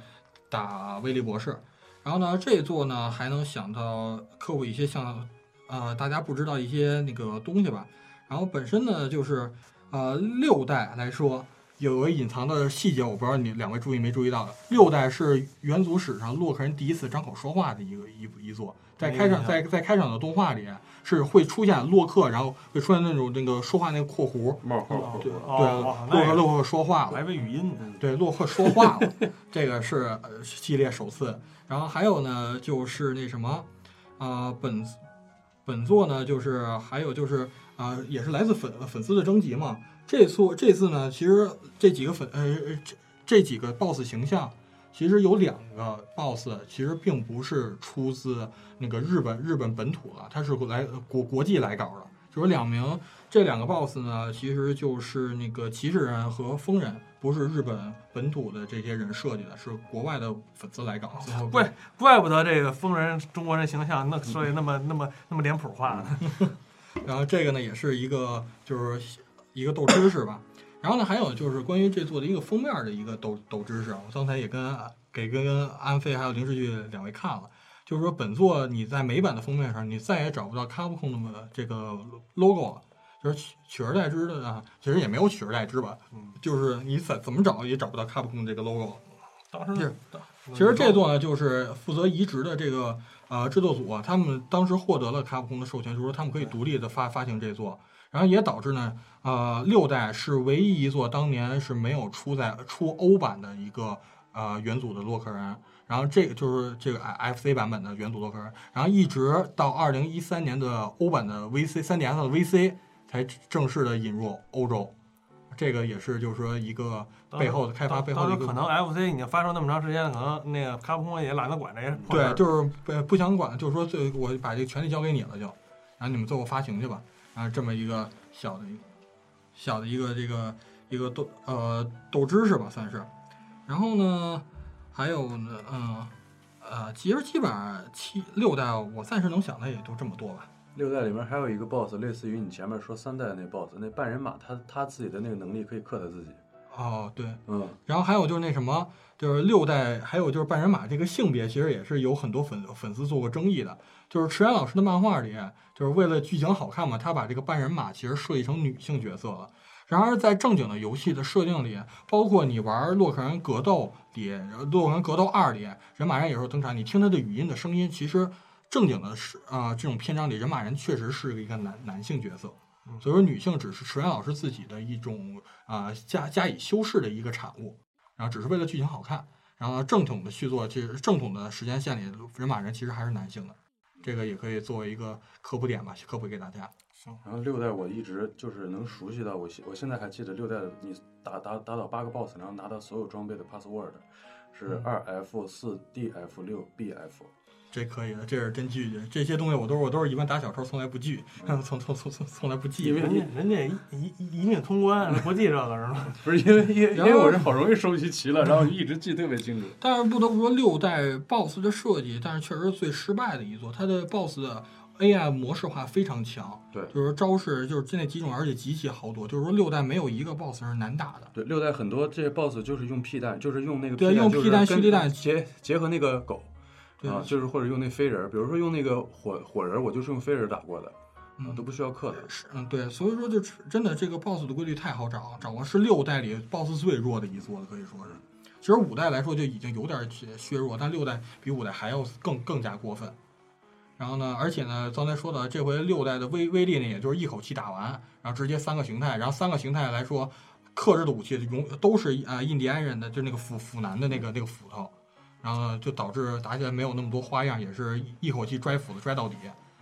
Speaker 1: 打威利博士。然后呢，这一座呢还能想到科普一些像呃大家不知道一些那个东西吧。然后本身呢就是呃六代来说。有个隐藏的细节，我不知道你两位注意没注意到的。六代是元祖史上洛克人第一次张口说话的一个一一座，在开
Speaker 2: 哎
Speaker 1: 场
Speaker 2: 呀
Speaker 1: 在在开场的动画里是会出现洛克，然后会出现那种那个说话那个括弧，
Speaker 3: 冒号
Speaker 2: 哦
Speaker 3: 括
Speaker 1: 对
Speaker 3: 弧
Speaker 2: 哦哦那
Speaker 1: 对，洛克
Speaker 2: 个
Speaker 1: 洛克说话
Speaker 2: 我
Speaker 1: 了，
Speaker 2: 还以为语音呢。
Speaker 3: 嗯
Speaker 1: 对，洛克说话了， [laughs] 这个是呃系列首次。然后还有呢，就是那什么，啊，本本作呢，就是还有就是啊、也是来自粉粉丝的征集嘛。这次这次呢，其实这几个粉呃这这几个 BOSS 形象，其实有两个 BOSS 其实并不是出自那个日本日本本土了，它是来国国际来稿的。就有两名这两个 BOSS 呢，其实就是那个骑士人和疯人，不是日本本土的这些人设计的，是国外的粉丝来稿。最后
Speaker 2: 怪怪不得这个疯人中国人形象那所以那么那么那么脸谱化呢。
Speaker 1: 嗯然后这个呢也是一个就是一个斗知识吧。然后呢，还有就是关于这座的一个封面的一个斗斗知识啊，我刚才也跟给跟安飞还有林世俊两位看了，就是说本作你在美版的封面上，你再也找不到 Capcom 的这个 logo 了。就是取取而代之的啊，其实也没有取而代之吧，
Speaker 2: 嗯，
Speaker 1: 就是你怎怎么找也找不到 Capcom 这个 logo 了。
Speaker 2: 当时
Speaker 1: 是
Speaker 2: 嗯
Speaker 1: 其实这座呢，就是负责移植的这个呃制作组啊，他们当时获得了卡普空的授权，就是说他们可以独立的发发行这座，然后也导致呢，呃，六代是唯一一座当年是没有出在出欧版的一个呃元祖的洛克人，然后这个就是这个 F FC 版本的元祖洛克人，然后一直到二零一三年的欧版的 VC 三 DS 的 VC 才正式的引入欧洲，这个也是就是说一个背后的开发背后
Speaker 2: 当
Speaker 1: 的
Speaker 2: 时
Speaker 1: 一个
Speaker 2: 可能 FC 已经发售那么长时间了，可能那个卡普空也懒得管这些破事
Speaker 1: 对，
Speaker 2: 儿。
Speaker 1: 就是呃不不想管，就是说最我把这个权利交给你了就，然后你们最后发行去吧，然后这么一个小的一个小的一个这个一个斗呃斗知识吧算是，然后呢还有呢嗯呃其实基本上七六代我暂时能想的也就这么多吧，
Speaker 3: 六代里面还有一个 boss，类似于你前面说三代的那 boss，那半人马他他自己的那个能力可以克他自己。
Speaker 1: 哦对，
Speaker 3: 嗯，
Speaker 1: 然后还有就是那什么，就是六代，还有就是半人马这个性别，其实也是有很多粉粉丝做过争议的。就是池原老师的漫画里，就是为了剧情好看嘛，他把这个半人马其实设计成女性角色了。然而在正经的游戏的设定里，包括你玩《洛克人格斗》里，然后《洛克人格斗二》里，人马人也是有登场。你听他的语音的声音，其实正经的是啊、这种篇章里，人马人确实是一个男男性角色。所以说，女性只是池原老师自己的一种啊、加加以修饰的一个产物，然后只是为了剧情好看。然后呢正统的续作，其实正统的时间线里，人马人其实还是男性的，这个也可以作为一个科普点吧，科普给大家。
Speaker 3: 然后六代我一直就是能熟悉到我现我现在还记得六代的你打打打倒八个 boss，然后拿到所有装备的 password 是二 F 四 D F 六 B F。 [laughs]
Speaker 1: 这可以的，这是真拒绝这些东西，我都是我都是一般打小抄，从来不拒， [laughs] 从从从从从来不记。
Speaker 3: 因为
Speaker 2: 人家人家一一一命通关，不记这个是
Speaker 1: [laughs]
Speaker 2: 吧？
Speaker 3: 不是因为因为因
Speaker 1: 然后
Speaker 3: 为我是好容易收集齐了，然后一直记特别清楚。
Speaker 1: 但是不得不说，六代 BOSS 的设计，但是确实是最失败的一座。它的 BOSS 的 AI 模式化非常强，
Speaker 3: 对
Speaker 1: 就是招式就是这那几种，而且极其豪多。就是说六代没有一个 BOSS 是难打的。
Speaker 3: 对，六代很多这些 boss 就是用屁蛋，就是用那个
Speaker 1: 对
Speaker 3: 屁蛋
Speaker 1: 用
Speaker 3: 就是
Speaker 1: 屁蛋
Speaker 3: 跟
Speaker 1: 蓄力蛋
Speaker 3: 结结合那个狗，
Speaker 1: 对
Speaker 3: 啊，就是或者用那飞人儿，比如说用那个火火人儿，我就是用飞人儿打过的，啊
Speaker 1: 嗯，
Speaker 3: 都不需要克的。
Speaker 1: 是，嗯，对，所以说就是真的这个 BOSS 的规律太好找，掌握是六代里 BOSS 最弱的一座了，可以说是。其实五代来说就已经有点削削弱，但六代比五代还要更更加过分。然后呢，而且呢，刚才说的这回六代的威威力呢，也就是一口气打完，然后直接三个形态，然后三个形态来说，克制的武器永都是啊、呃印第安人的，就是那个斧斧男的那个那个斧头，然后呢就导致打起来没有那么多花样，也是一口气拽斧子拽到底，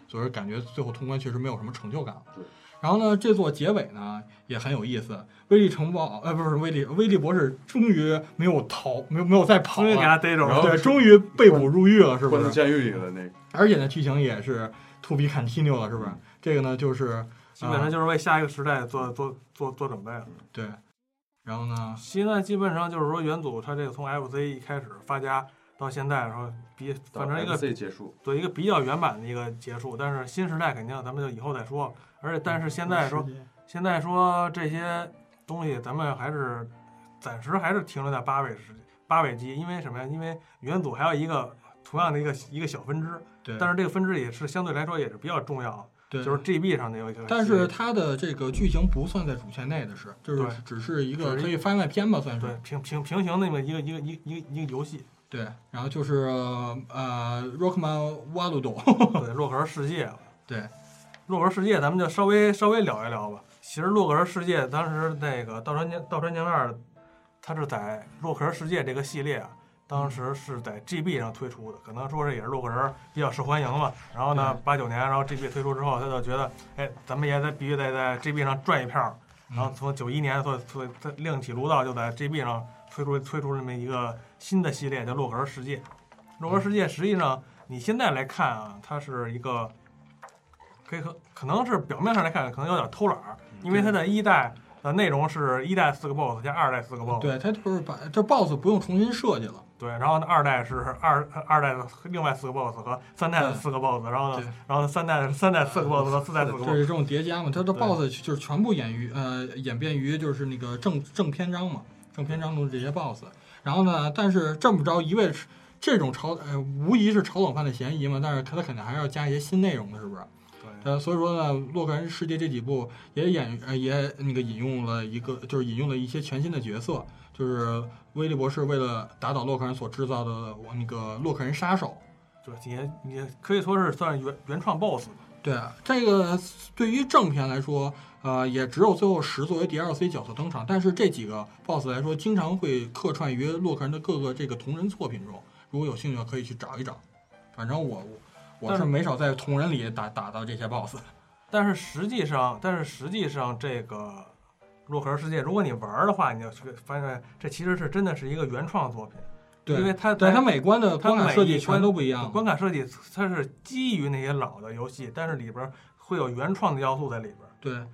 Speaker 1: 所以说感觉最后通关确实没有什么成就感了
Speaker 3: 对。
Speaker 1: 然后呢，这座结尾呢也很有意思，威力城堡呃不是威力威力博士终于没有逃，没有没有再跑
Speaker 2: 终于给
Speaker 1: 了，
Speaker 2: 他逮着
Speaker 3: 然后
Speaker 2: 了。
Speaker 1: 对，终于被捕入狱了，是不
Speaker 3: 关
Speaker 1: 是
Speaker 3: 到？监狱里了那个。
Speaker 1: 而且呢，剧情也是 to be continue 了，是不是
Speaker 3: 嗯？
Speaker 1: 这个呢，就是
Speaker 2: 基
Speaker 1: 啊
Speaker 2: 本上就是为下一个时代做做做做准备了。
Speaker 1: 对，然后呢，
Speaker 2: 现在基本上就是说，元祖它这个从 FC 一开始发家到现在，然后比
Speaker 3: 到
Speaker 2: 反正一个
Speaker 3: FC 结束，
Speaker 2: 对一个比较圆满的一个结束。但是新时代肯定咱们就以后再说。而且但是现在说，现在说这些东西，咱们还是暂时还是停留在八位时八位机，因为什么呀？因为元祖还有一个同样的一个一个小分支，
Speaker 1: 对，
Speaker 2: 但是这个分支也是相对来说也是比较重要的，
Speaker 1: 对，
Speaker 2: 就是 GB 上的有一个。
Speaker 1: 但是它的这个剧情不算在主线内的是，就是
Speaker 2: 对
Speaker 1: 只是一个
Speaker 2: 只是一
Speaker 1: 可以番外篇吧，算
Speaker 2: 对
Speaker 1: 是
Speaker 2: 平平平行那么一个一个一个一个一个游戏，
Speaker 1: 对。然后就是呃，Rockman Waludo，
Speaker 2: [laughs] 对洛克人世界，
Speaker 1: 对，
Speaker 2: 洛克人世界咱们就稍微稍微聊一聊吧。其实洛克人世界当时那个道川江道川江二，它是在洛克人世界这个系列啊，当时是在 GB 上推出的，可能说是也是洛克人比较受欢迎嘛。然后呢，八九年，然后 GB 推出之后，他就觉得，哎，咱们也得必须得在 GB 上赚一票。
Speaker 1: 嗯
Speaker 2: 然后从九一年，所以所以他另起炉灶，就在 GB 上推出推出这么一个新的系列，叫洛克人世界。洛克人世界实际上你现在来看啊，它是一个可以可可能是表面上来看可能有点偷懒儿，因为它的一代的内容是一代四个 BOSS 加二代四个 BOSS，
Speaker 1: 对，它就是把这 BOSS 不用重新设计了，
Speaker 2: 对，然后呢，二代是二二代的另外四个 boss 和三代的四个 boss，然后
Speaker 1: 嗯对
Speaker 2: 呢，然后呢三代的三代四个 boss 和四代四个
Speaker 1: 就
Speaker 2: boss，
Speaker 1: 是这种叠加嘛，它的
Speaker 2: 对
Speaker 1: BOSS 就是全部演于呃演变于就是那个正正篇章嘛，正篇章中的这些 BOSS。然后呢，但是这么着一味吃这种炒呃，无疑是炒冷饭的嫌疑嘛，但是它肯定还是要加一些新内容的，是不是？
Speaker 2: 对，
Speaker 1: 呃，所以说呢，《洛克人世界》这几部也演呃也那个引用了一个，就是引用了一些全新的角色，就是威利博士为了打倒洛克人所制造的那个洛克人杀手。
Speaker 2: 就是也也可以说是算是原原创 boss，
Speaker 1: 对啊这个，对于正片来说，呃，也只有最后十作为 DLC 角色登场，但是这几个 BOSS 来说，经常会客串于洛克人的各个这个同人作品中。如果有兴趣，的可以去找一找。反正我我我
Speaker 2: 但
Speaker 1: 是
Speaker 2: 是
Speaker 1: 没少在同人里打打到这些 BOSS。
Speaker 2: 但是实际上，但是实际上这个洛克人世界，如果你玩儿的话，你就去发现这其实是真的是一个原创作品，
Speaker 1: 对，
Speaker 2: 因为它
Speaker 1: 对
Speaker 2: 在
Speaker 1: 它每关的
Speaker 2: 它
Speaker 1: 关卡
Speaker 2: 每
Speaker 1: 设
Speaker 2: 一
Speaker 1: 计全
Speaker 2: 关
Speaker 1: 都不一样。
Speaker 2: 关卡设计它是基于那些老的游戏，但是里边儿会有原创的要素在里边儿。
Speaker 1: 对，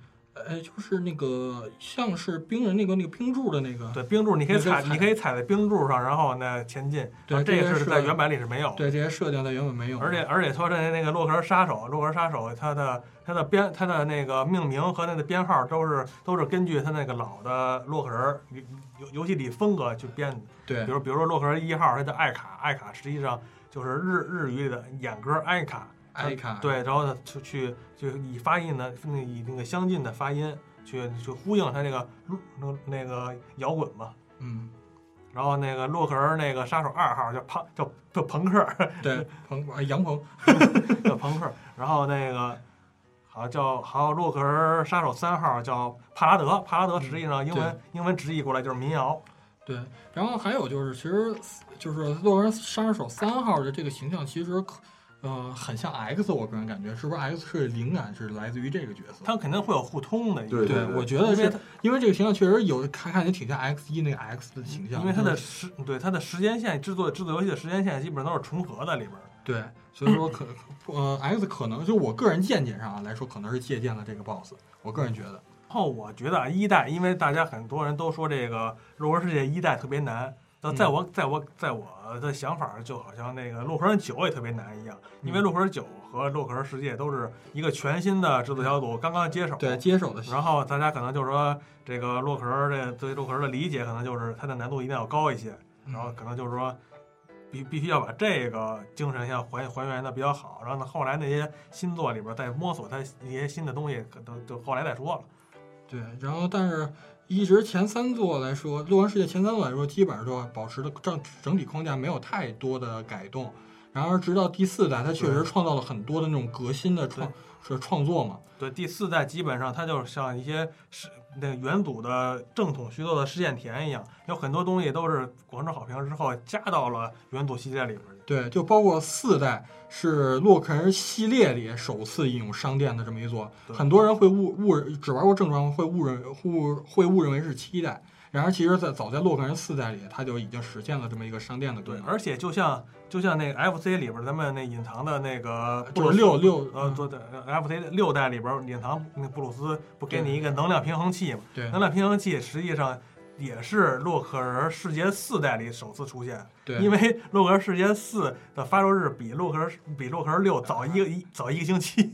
Speaker 1: 呃，就是那个像是冰人那个那个冰柱的那个，
Speaker 2: 对，冰柱你可以
Speaker 1: 你可以
Speaker 2: 踩，
Speaker 1: 踩
Speaker 2: 你可以踩在冰柱上，然后呢前进。
Speaker 1: 对
Speaker 2: 啊这
Speaker 1: 这
Speaker 2: 个
Speaker 1: 个
Speaker 2: 是
Speaker 1: 是
Speaker 2: 在原版里是没有的。
Speaker 1: 对这些设定在原本没有，
Speaker 2: 而且而且说这那个洛克人杀手，洛克人杀手它的它的编它的那个命名和它的编号都是都是根据它那个老的洛克人儿游游游戏里风格去编的。
Speaker 1: 对
Speaker 2: 比如比如说洛克人一号，它叫艾卡，艾卡实际上就是日日语里的演歌艾卡。
Speaker 1: 艾卡，
Speaker 2: 对，然后呢，去去就以发音呢，那以那个相近的发音去去呼应它那个那个那个摇滚嘛。
Speaker 1: 嗯，
Speaker 2: 然后那个洛克人那个杀手二号叫庞叫叫朋克儿，
Speaker 1: 对彭啊杨鹏，
Speaker 2: 叫朋克儿。然后那个好像叫还有洛克人杀手三号叫帕拉德，帕拉德实际上英文、英文直译过来就是民谣。
Speaker 1: 对，然后还有就是，其实就是洛人杀手三号的这个形象，其实可呃很像 X，我个人感觉是不是 X 是灵感是来自于这个角色？
Speaker 2: 它肯定会有互通的，
Speaker 3: 对对
Speaker 1: 我觉
Speaker 2: 因
Speaker 1: 得
Speaker 2: 为
Speaker 1: 是
Speaker 2: 它
Speaker 1: 因为这个形象确实有看看起来挺像 X 一那个 X 的形象，
Speaker 2: 因为它
Speaker 1: 就是
Speaker 2: 的时对它的时间线制作制作游戏的时间线基本上都是重合在里边儿。
Speaker 1: 对，所以说可呃 X 可能就我个人见解上啊来说，可能是借鉴了这个 BOSS，我个人觉得。
Speaker 2: 然后我觉得啊，一代，因为大家很多人都说这个《洛克世界》一代特别难，那
Speaker 1: 嗯
Speaker 2: 在我在我在我的想法儿就好像那个《洛克人九》也特别难一样，因为《洛克人九》和《洛克人世界》都是一个全新的制作小组刚刚接手，
Speaker 1: 对，接手的 [laughs] 形
Speaker 2: 然后大家可能就是说这个洛克人这对洛克人的理解，可能就是它的难度一定要高一些，
Speaker 1: 嗯
Speaker 2: 然后可能就是说必必须要把这个精神要还还原的比较好，然后呢后来那些新作里边再摸索它一些新的东西，可能就后来再说了。
Speaker 1: 对，然后但是一直前三座来说，《洛阳世界》前三座来说，基本上都保持的整整体框架没有太多的改动。然而直到第四代，它确实创造了很多的那种革新的创是创作嘛。
Speaker 2: 对，第四代基本上它就是像一些是那个元祖的正统虚构的试验田一样，有很多东西都是广受好评之后加到了元祖系列里边去。
Speaker 1: 对，就包括四代是洛克人系列里首次引用商店的这么一座，
Speaker 2: 对
Speaker 1: 很多人会误误认只玩过正传会误认误会误认为是七代，然而其实在早在洛克人四代里，它就已经实现了这么一个商店的功
Speaker 2: 对，
Speaker 1: 能，
Speaker 2: 而且就像就像那个 FC 里边咱们那隐藏的那个布
Speaker 1: 就
Speaker 2: 鲁
Speaker 1: 是
Speaker 2: 斯
Speaker 1: 六六
Speaker 2: 呃，
Speaker 1: 嗯
Speaker 2: 对对呃，FC 六代里边儿隐藏那布鲁斯不给你一个能量平衡器嘛？
Speaker 1: 对
Speaker 2: 能量平衡器实际上也是洛克人世界四代里首次出现，
Speaker 1: 对，
Speaker 2: 因为洛克人世界四的发售日比洛克人比洛克人六早一个一早一个星期。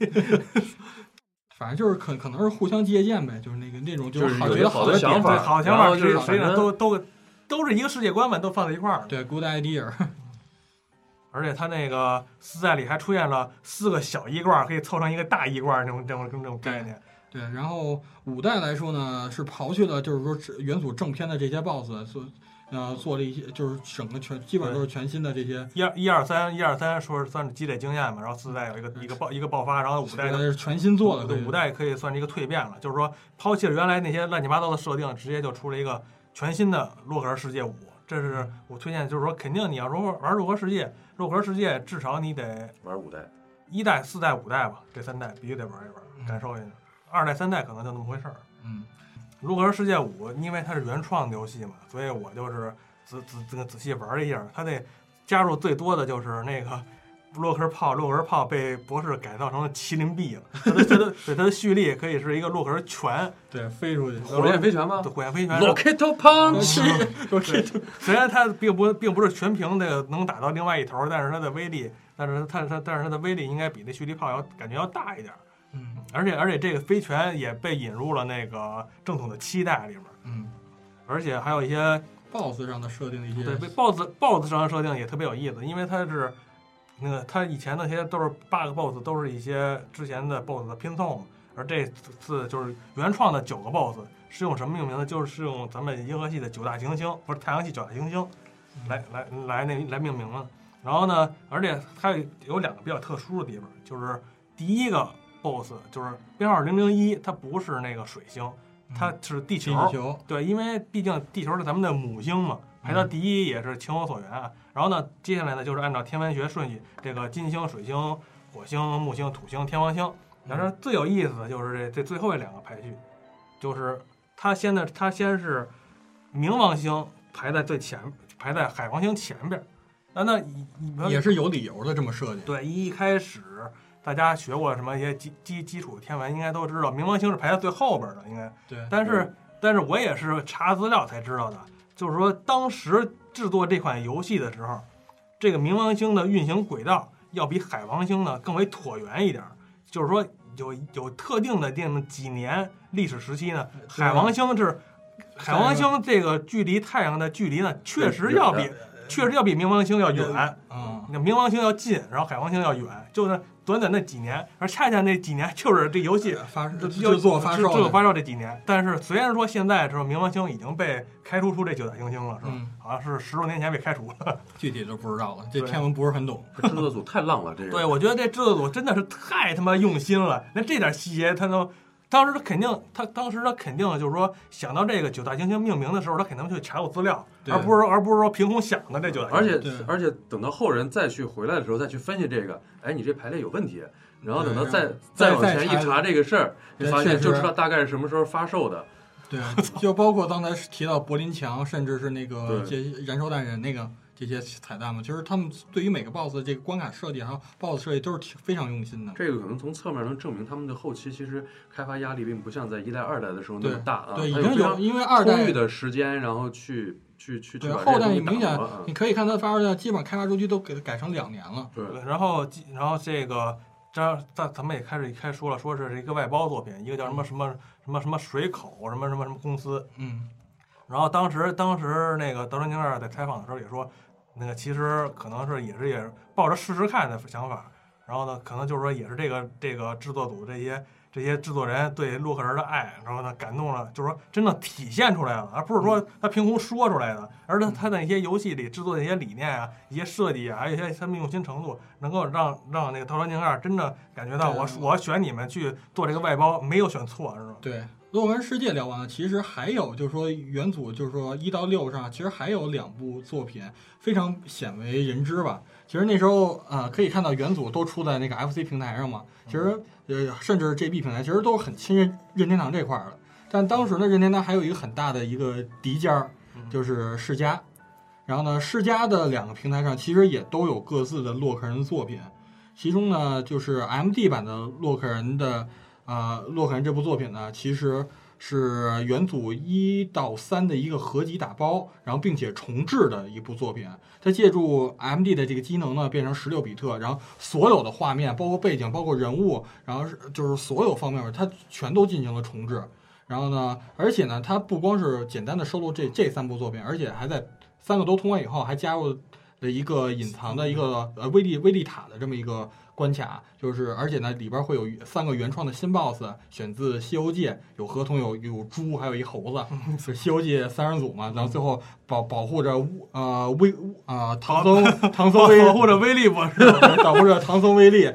Speaker 1: 反正就是可可能是互相借鉴呗，就是那个那种
Speaker 3: [laughs] 就是
Speaker 1: 好
Speaker 3: 有
Speaker 1: 觉
Speaker 3: 一
Speaker 1: 得
Speaker 3: 个好
Speaker 1: 的
Speaker 3: 的
Speaker 1: 点
Speaker 3: 想
Speaker 2: 对，
Speaker 3: 法，
Speaker 2: 好想
Speaker 3: 然
Speaker 2: 法
Speaker 3: 后就是
Speaker 2: 实
Speaker 3: 反
Speaker 2: 际上
Speaker 3: 正
Speaker 2: 都都都是一个世界观嘛，都放在一块儿了。
Speaker 1: 对，good idea， [laughs]
Speaker 2: 而且它那个四代里还出现了四个小衣罐儿，可以凑成一个大衣罐儿那种这种这种概念。
Speaker 1: 对，然后五代来说呢，是刨去了就是说只元祖正片的这些 BOSS，所呃做了一些就是整个全基本上都是全新的这些，
Speaker 2: 一二一二三一二三说是算是积累经验嘛，然后四代有一个一个爆一个爆发，然后五代
Speaker 1: 呃嗯是全新做的，
Speaker 2: 对
Speaker 1: 对
Speaker 2: 五代可以算是一个蜕变了，就是说抛弃了原来那些乱七八糟的设定，直接就出了一个全新的洛克人世界五。这是
Speaker 1: 嗯
Speaker 2: 我推荐，就是说肯定你要如果玩洛克世界，洛克世界至少你得
Speaker 3: 玩五代，
Speaker 2: 一代、四代、五代吧，这三代必须得玩一玩，感受一下。二代、三代可能就那么回事儿。
Speaker 1: 嗯，
Speaker 2: 如何世界五，因为它是原创的游戏嘛，所以我就是仔仔仔仔细玩了一下，它那加入最多的就是那个 [laughs] 洛克炮，洛克炮被博士改造成了麒麟臂了，它的它的对它的蓄力可以是一个洛克拳，
Speaker 1: 对飞出去，
Speaker 3: 火焰飞拳吗
Speaker 2: 对火焰飞拳。
Speaker 3: ？Rocket Punch， [laughs]
Speaker 1: 去都去，
Speaker 2: 虽然它并不并不是全屏的能打到另外一头，但是它的威力，但是它它但是它的威力应该比那蓄力炮要感觉要大一点。
Speaker 1: 嗯
Speaker 2: 而且而且这个飞拳也被引入了那个正统的七代里面，
Speaker 1: 嗯
Speaker 2: 而且还有一些
Speaker 1: ，BOSS 上的设定的一些，
Speaker 2: 对被 BOSS BOSS 上的设定也特别有意思，因为它是那个它以前那些都是 bug BOSS 都是一些之前的 BOSS 的拼凑嘛，而这次就是原创的九个 BOSS 是用什么命名的？就是用咱们银河系的九大行星，不是太阳系九大行星来来来那来命名的。然后呢，而且它有有两个比较特殊的地方，就是第一个 BOSS 就是编号零零一，它不是那个水星，它是嗯地球。
Speaker 1: 踢嗯球，
Speaker 2: 对，因为毕竟地球是咱们的母星嘛，排
Speaker 1: 嗯
Speaker 2: 到第一也是情有所原啊。然后呢，接下来呢就是按照天文学顺序，这个金星、水星、火星、木星、土星、天王星。然
Speaker 1: 嗯
Speaker 2: 后最有意思的就是这这最后这两个排序，就是它先的它先是冥王星排在最前，排在海王星前边儿。那那你你们
Speaker 1: 也是有理由的这么设计，
Speaker 2: 对，一开始大家学过什么一些基基基础天文，应该都知道冥王星是排在最后边儿的，应该
Speaker 1: 对，
Speaker 2: 但是
Speaker 3: 嗯，
Speaker 2: 但是我也是查资料才知道的，就是说当时制作这款游戏的时候，这个冥王星的运行轨道要比海王星呢更为椭圆一点儿，就是说有有特定的定几年历史时期呢，海王星是海王星这个距离太阳的距离呢，确实要比确实要比冥王星要远。
Speaker 1: 啊，
Speaker 2: 那冥王星要近，然后海王星要远，就是短短那几年，而恰恰那几年就是这游戏
Speaker 1: 发
Speaker 2: 就
Speaker 1: 制作发售
Speaker 2: 制作
Speaker 1: 的，
Speaker 2: 发售这几年，但是虽然说现在这冥王星已经被开除出这九大行星了，是吧？
Speaker 1: 嗯
Speaker 2: 好像是十多年前被开除了。 [laughs]
Speaker 1: 具体就不知道了，这
Speaker 2: 对
Speaker 1: 天文不是很懂，
Speaker 3: 这制作组太浪了，这个
Speaker 2: 对，我觉得这制作组真的是太他妈用心了，连这点细节他都，当时他肯定，他当时他肯定就是说想到这个九大行星命名的时候，他肯定去查过资料，
Speaker 1: 对
Speaker 2: 而不是而不是说凭空想的这九大行
Speaker 3: 而
Speaker 2: 星。
Speaker 3: 且
Speaker 1: 对
Speaker 3: 而且等到后人再去回来的时候再去分析这个，哎，你这排列有问题。然后等到
Speaker 1: 对
Speaker 3: 再
Speaker 1: 再
Speaker 3: 往前一
Speaker 1: 再查
Speaker 3: 查这个事儿，
Speaker 1: 对
Speaker 3: 就发现
Speaker 1: 确实
Speaker 3: 就知道大概是什么时候发售的。
Speaker 1: 对， [laughs] 就包括刚才提到柏林墙，甚至是那个
Speaker 3: 对
Speaker 1: 这燃烧弹人那个这些彩蛋嘛，其实他们对于每个 BOSS 的这个关卡设计还有 BOSS 设计都是挺非常用心的。
Speaker 3: 这个可能从侧面能证明他们的后期其实开发压力并不像在一代、二代的时候那么大啊，
Speaker 1: 对，已
Speaker 3: 它
Speaker 1: 经
Speaker 3: 非常
Speaker 1: 有，因为二
Speaker 3: 充
Speaker 1: 代
Speaker 3: 裕的时间，然后去去去去
Speaker 1: 对
Speaker 3: 把
Speaker 1: 后
Speaker 3: 这
Speaker 1: 代
Speaker 3: 东西
Speaker 1: 你
Speaker 3: 打
Speaker 1: 明显
Speaker 3: 磨啊
Speaker 1: 你可以看它发售量，基本上开发周期都给它改成两年了。
Speaker 3: 对，
Speaker 2: 对，然后基然后这个这样咱咱们也开始开始说了，说是一个外包作品，一个叫什么什么什么什么水口什么什么什么公司，
Speaker 1: 嗯，
Speaker 2: 然后当时当时那个德川宁二在采访的时候也说，那个其实可能是也是也是抱着试试看的想法，然后呢，可能就是说也是这个这个制作组这些这些制作人对洛克人的爱，然后呢感动了，就是说真的体现出来了，而不是说他凭空说出来的，而他他那些游戏里制作的一些理念啊、一些设计啊，还有一些他们用心程度，能够让让那个桃川宁二真的感觉到
Speaker 1: 对
Speaker 2: 我
Speaker 1: 对对
Speaker 2: 我选你们去做这个外包没有选错，是吧？
Speaker 1: 对，洛根世界聊完了，其实还有就是说元祖，就是说一到六上，其实还有两部作品非常鲜为人知吧。其实那时候啊、呃可以看到元祖都出在那个 FC 平台上嘛，其实呃，甚至 GB 平台，其实都是很亲任任天堂这块儿的。但当时呢，任天堂还有一个很大的一个敌家儿
Speaker 2: 嗯，
Speaker 1: 就是世嘉。然后呢，世嘉的两个平台上其实也都有各自的洛克人作品，其中呢，就是 MD 版的洛克人的啊，洛克人这部作品呢，其实是元祖一到三的一个合集打包，然后并且重制的一部作品。它借助 MD 的这个机能呢，变成十六比特，然后所有的画面，包括背景，包括人物，然后是就是所有方面，它全都进行了重置。然后呢，而且呢，它不光是简单的收录这这三部作品，而且还在三个都通关以后，还加入了一个隐藏的一个呃威力威力塔的这么一个关卡，就是而且呢里边会有三个原创的新 BOSS，选自《西游记》，有河童，有有猪，还有一猴
Speaker 2: [laughs]
Speaker 1: 子，是《西游记》三人组嘛。然后最后保保护着乌呃威呃唐僧
Speaker 2: [laughs]
Speaker 1: 唐僧威
Speaker 2: 保护着威力博士，
Speaker 1: [laughs] 保护着唐僧威力，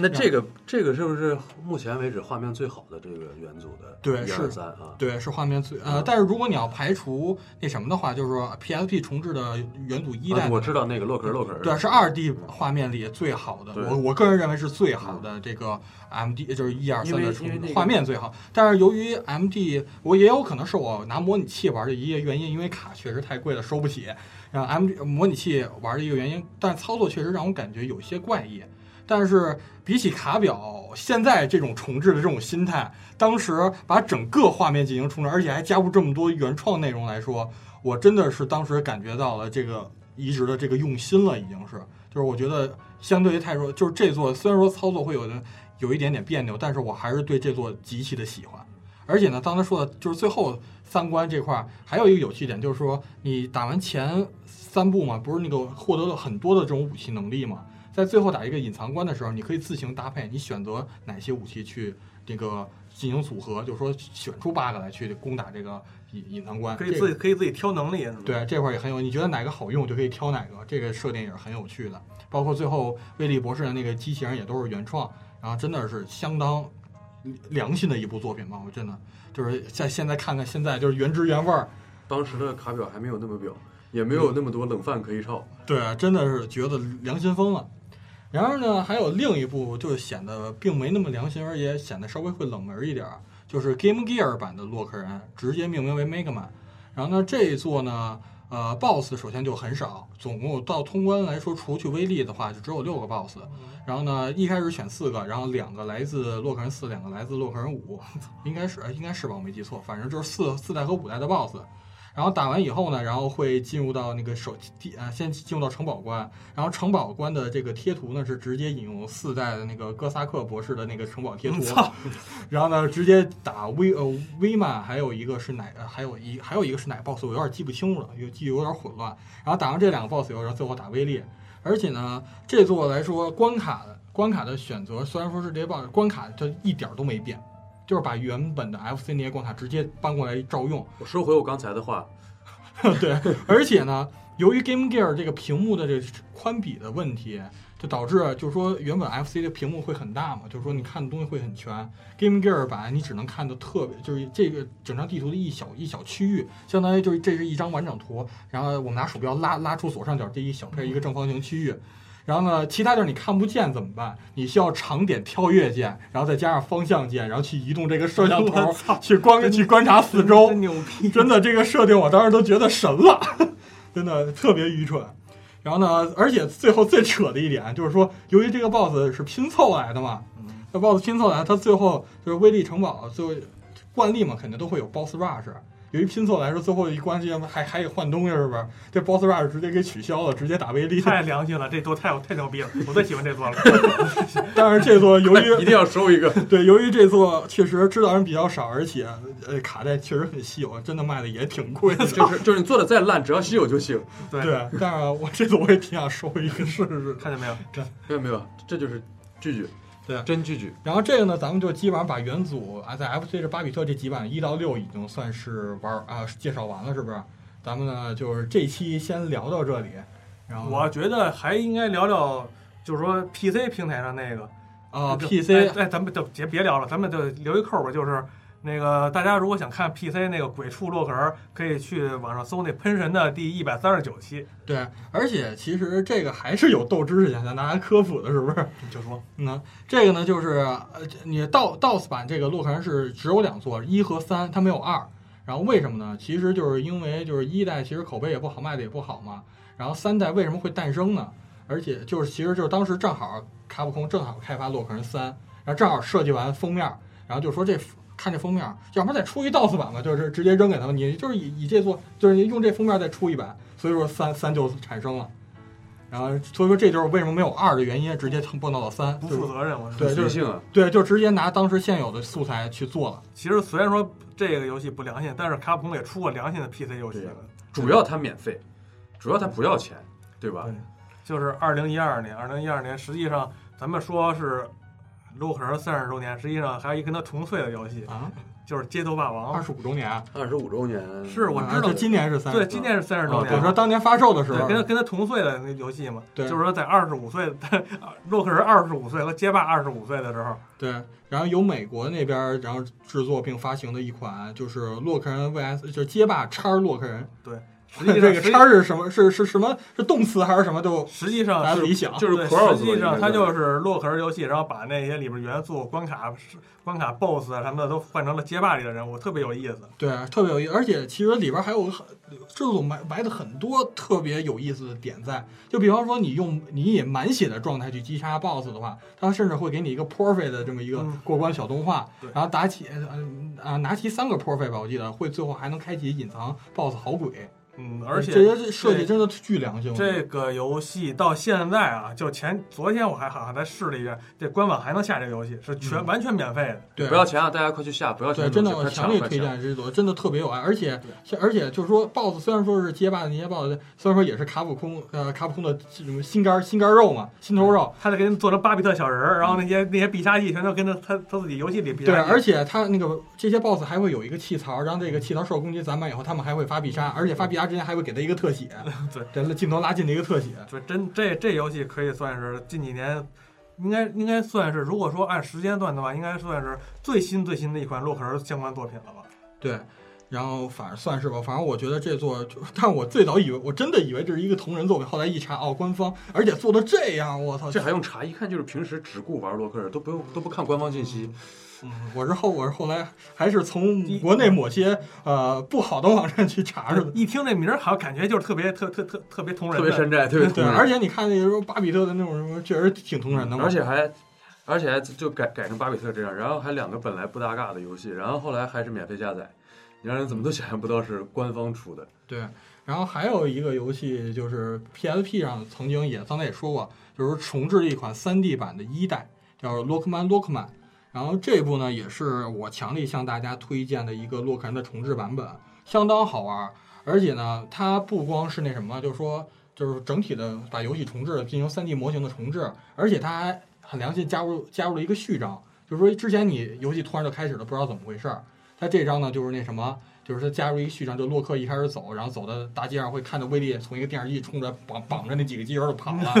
Speaker 4: 那这个这个是不是目前为止画面最好的这个元祖的？
Speaker 1: 对
Speaker 4: 一
Speaker 1: 是
Speaker 4: 二三啊，
Speaker 1: 对，是画面最呃，但是如果你要排除那什么的话，就是说 PSP 重置的元祖一代
Speaker 4: 啊
Speaker 1: 的
Speaker 4: 我知道那个洛克洛克，
Speaker 1: 对，是二 D 画面里最好的，
Speaker 3: 对
Speaker 1: 我我个人认为是最
Speaker 4: 嗯
Speaker 1: 好的这个 MD，就是一二
Speaker 3: 因
Speaker 1: 三
Speaker 3: 为
Speaker 1: 的处
Speaker 3: 因为那
Speaker 1: 理
Speaker 3: 个
Speaker 1: 画面最好。但是由于 MD，我也有可能是我拿模拟器玩的一个原因，因为卡确实太贵了，收不起。然后 MD 模拟器玩的一个原因，但操作确实让我感觉有些怪异。但是比起卡表，现在这种重置的这种心态，当时把整个画面进行重置，而且还加入这么多原创内容来说，我真的是当时感觉到了这个移植的这个用心了，已经是，就是我觉得相对于泰说，就是这座虽然说操作会有的有一点点别扭，但是我还是对这座极其的喜欢。而且呢，刚才说的就是最后三关这块儿还有一个有趣点，就是说你打完前三步嘛，不是那个获得了很多的这种武器能力嘛，在最后打一个隐藏关的时候，你可以自行搭配，你选择哪些武器去那个进行组合，就是说选出八个来去攻打这个隐隐藏关，
Speaker 2: 可以
Speaker 1: 这个
Speaker 2: 自己可以自己挑能力，是吧，
Speaker 1: 对，这块儿也很有，你觉得哪个好用就可以挑哪个，这个设定也是很有趣的。包括最后威利博士的那个机器人也都是原创，然后真的是相当良心的一部作品吧，我真的就是在现在看看现在就是原汁原味儿，
Speaker 3: 当时的卡表还没有那么表，也没有那么多冷饭可以炒。
Speaker 1: 对，啊真的是觉得良心疯了。然而呢，还有另一部就显得并没那么良心，而且显得稍微会冷门一点儿，就是 Game Gear 版的洛克人，直接命名为 Mega Man。然后呢，这一座呢，呃，BOSS 首先就很少，总共到通关来说，除去威力的话，就只有六个 BOSS。然后呢，一开始选四个，然后两个来自洛克人四，两个来自洛克人五，应该是哎应该是吧，我没记错，反正就是四四代和五代的 BOSS。然后打完以后呢，然后会进入到那个手第啊，先进入到城堡关，然后城堡关的这个贴图呢是直接引用四代的那个哥萨克博士的那个城堡贴图，然后呢直接打威呃威曼，还有一个是奶，呃还有一还有一个是奶 boss，我有点记不清楚了，有记有点混乱。然后打完这两个 boss 以后，然后最后打威力，而且呢这座来说关卡的关卡的选择虽然说是这些 boss 关卡，它一点儿都没变。就是把原本的 FC 那些关卡直接搬过来照用，
Speaker 3: 我收回我刚才
Speaker 1: [laughs]
Speaker 3: 的话，
Speaker 1: 对，而且呢，由于 Game Gear 这个屏幕的这宽比的问题，就导致就是说原本 FC 的屏幕会很大嘛，就是说你看的东西会很全。Game Gear 版你只能看的特别，就是这个整张地图的一小一小区域，相当于就是这是一张完整图，然后我们拿鼠标拉拉出左上角这一小片一个正方形区域。然后呢，其他地儿你看不见怎么办？你需要长点跳跃键，然后再加上方向键，然后去移动这个摄像头
Speaker 2: 我操，
Speaker 1: 去观去观察四周。
Speaker 2: 真牛
Speaker 1: [laughs]
Speaker 2: 逼，
Speaker 1: 真的这个设定我当时都觉得神了，真的特别愚蠢。然后呢，而且最后最扯的一点就是说，由于这个 BOSS 是拼凑来的嘛，
Speaker 3: 嗯
Speaker 1: 那 BOSS 拼凑来，它最后就是威力城堡，最后惯例嘛，肯定都会有 BOSS rush。由于拼凑来说，最后一关键还还得换东西，是不是？这 BOSS rush 直接给取消了，直接打威力。
Speaker 2: 太良心了，这多太有太牛逼了，我最喜欢这座了。
Speaker 1: 但是这座由
Speaker 4: [laughs]
Speaker 1: 于
Speaker 3: 一定要收一个。
Speaker 1: 对，由于这座确实知道人比较少，而且呃卡带确实很稀有，真的卖的也挺贵
Speaker 3: [laughs]
Speaker 1: 的。
Speaker 3: 就是就是你做的再烂，只要稀有就行。
Speaker 2: 对，
Speaker 1: 对，但是我这次我也挺想收一个试试。
Speaker 2: 看见没有？
Speaker 3: 看到没有，这就是聚聚。
Speaker 1: 啊
Speaker 4: 真句句，
Speaker 1: 然后这个呢，咱们就基本上把元祖啊，在 FC 这巴比特这几版一到六已经算是玩儿啊介绍完了，是不是？咱们呢就是这期先聊到这里，然后
Speaker 2: 我觉得还应该聊聊，就是说 PC 平台上那个
Speaker 1: 啊
Speaker 2: 就
Speaker 1: PC
Speaker 2: 哎，哎咱们就别别聊了，咱们就留一扣吧，就是。那个，大家如果想看 PC 那个鬼畜洛克人，可以去网上搜那喷神的第一百三十九期，
Speaker 1: 对，而且其实这个还是有斗知识想向大家科普的，是不是？
Speaker 2: 你就说
Speaker 1: 那这个呢，就是呃，这你 DOS DOS 版这个洛克人是只有两座，一和三，它没有二。然后为什么呢？其实就是因为就是一代其实口碑也不好，卖的也不好嘛。然后三代为什么会诞生呢？而且就是其实就是当时正好卡普空正好开发洛克人三，然后正好设计完封面，然后就说这看这封面，要不然再出一 DOS 版吧，就是直接扔给他们，你就是以以这做，就是用这封面再出一版，所以说三三就产生了。然后所以说这就是为什么没有二的原因，直接蹦到了三，
Speaker 2: 不
Speaker 1: 就是
Speaker 2: 负责任，我说。
Speaker 1: 对，就
Speaker 4: 随
Speaker 1: 是
Speaker 4: 性啊，
Speaker 1: 对，就直接拿当时现有的素材去做了。
Speaker 2: 其实虽然说这个游戏不良心，但是卡普空也出过良心的 PC 游戏了，
Speaker 4: 主要它免费，主要它不要钱，对吧
Speaker 2: 对？就是二零一二年。二零一二年实际上咱们说是洛克人三十周年，实际上还有一跟它同岁的游戏，
Speaker 1: 啊，
Speaker 2: 就是《街头霸王
Speaker 1: 二》。十五周年啊，
Speaker 4: 二十五周年
Speaker 2: 是我
Speaker 1: 啊
Speaker 2: 知道
Speaker 1: 就今年是三十。
Speaker 2: 对，今年是三十周
Speaker 1: 啊
Speaker 2: 年。
Speaker 1: 我说当年发售的时
Speaker 2: 对，
Speaker 1: 候
Speaker 2: 跟，他跟他同岁的那游戏嘛，
Speaker 1: 对
Speaker 2: 就是说在二十五岁， [laughs] 洛克人二十五岁和街霸二十五岁的时候，
Speaker 1: 对，然后由美国那边然后制作并发行的一款就是洛克人 VS，就是街霸叉洛克人。[laughs]
Speaker 2: 实际上
Speaker 1: 这个
Speaker 2: 实际
Speaker 1: 叉是什么？是是什么？是动词还是什么？就
Speaker 2: 实际
Speaker 1: 大
Speaker 2: 上
Speaker 1: 家
Speaker 2: 啊是
Speaker 1: 自己想。
Speaker 4: 就是
Speaker 2: 对
Speaker 4: cross
Speaker 2: 实际
Speaker 4: 应
Speaker 2: 上
Speaker 4: 该
Speaker 2: 它
Speaker 4: 叫
Speaker 2: 就是洛克人游戏，然后把那些里边元素、关卡、关卡 BOSS 啊什么的都换成了街霸里的人物，特别有意思。
Speaker 1: 对，特别有意思，而且其实里边还有很制作组埋埋的很多特别有意思的点在，就比方说你用你以满血的状态去击杀 BOSS 的话，他甚至会给你一个 p o r f e 的这么一个
Speaker 2: 嗯
Speaker 1: 过关小动画，
Speaker 2: 对
Speaker 1: 然后打起呃啊拿齐三个 p o r f e 吧，我记得会最后还能开启隐藏 BOSS 好鬼，
Speaker 2: 嗯，而且
Speaker 1: 这些设计真的巨良心。
Speaker 2: 这个游戏到现在啊，就前昨天我还好像在试了一下，这官网还能下这个游戏，是全、
Speaker 1: 嗯
Speaker 2: 完全免费的。
Speaker 1: 对
Speaker 4: 不要钱啊！大家快去下，不要钱
Speaker 1: 对，
Speaker 4: 的
Speaker 1: 真的，
Speaker 4: 东西
Speaker 1: 我
Speaker 4: 快
Speaker 1: 强
Speaker 4: 抢
Speaker 1: 烈
Speaker 4: 快
Speaker 1: 推
Speaker 4: 抢
Speaker 1: 荐这组，真的特别有爱，而且像而且就是说，BOSS 虽然说是街霸的那些 BOSS，虽然说也是卡普空呃卡普空的这种心肝心肝肉嘛，心头肉，
Speaker 2: 他得给你做成巴比特小人儿，然后那些那些必杀技全都跟着他他自己游戏里必
Speaker 1: 对，
Speaker 2: 杀技。，
Speaker 1: 而且它那个这些 BOSS 还会有一个气槽，让这个气槽受攻击攒满以后，他们还会发必杀，而且发必杀之前还会给他一个特 [laughs] 写
Speaker 2: 对，
Speaker 1: 这镜头拉近的一个特写。
Speaker 2: 就真这这游戏可以算是近几年，应该应该算是，如果说按时间段的话，应该算是最新最新的一款洛克人相关作品了吧？
Speaker 1: 对，然后反正算是吧，反正我觉得这座就，但我最早以为我真的以为这是一个同人作品，后来一查哦，官方，而且做的这样，我操！
Speaker 4: 这还用查？一看就是平时只顾玩洛克人，都不用都不看官方信息。
Speaker 1: 嗯我是后我是后来还是从
Speaker 2: 一
Speaker 1: 国内某些呃不好的网站去查着的。
Speaker 2: 一听这名儿，好像感觉就是特别特特特特别同人
Speaker 4: 特
Speaker 2: 的，
Speaker 4: 别山寨，特别
Speaker 3: 嗯
Speaker 1: 对，
Speaker 4: 同
Speaker 1: 而
Speaker 4: 人，
Speaker 1: 且你看那时候巴比特的那种什么，确实挺同人的嘛。
Speaker 4: 而且还，而且还就改改成巴比特这样，然后还两个本来不搭嘎的游戏，然后后来还是免费下载，你让人怎么都想象不到是官方出的。
Speaker 1: 对，然后还有一个游戏就是 PSP 上曾经也刚才也说过，就是重置了一款 3D 版的一代，叫《洛克曼洛克曼》。然后这部呢也是我强力向大家推荐的一个洛克人的重置版本，相当好玩儿。而且呢，它不光是那什么，就是说就是整体的把游戏重置进行 3D 模型的重置，而且它还很良心加入加入了一个序章，就是说之前你游戏突然就开始了，不知道怎么回事儿。它这章呢就是那什么。就是他加入一个序章，就洛克一开始走，然后走到大街上会看到威力从一个电视机冲着绑绑着那几个机器人就跑了，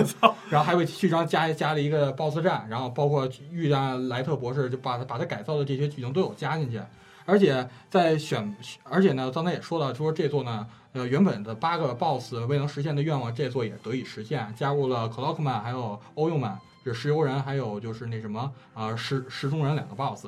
Speaker 1: 然后还为序章加加了一个 BOSS 战，然后包括遇见莱特博士，就把他把他改造的这些剧情都有加进去，而且在选，而且呢，刚才也说了，说这座呢，呃，原本的八个 BOSS 未能实现的愿望，这座也得以实现，加入了 Clockman 还有欧用曼，就是石油人，还有就是那什么啊、石石中人两个 BOSS。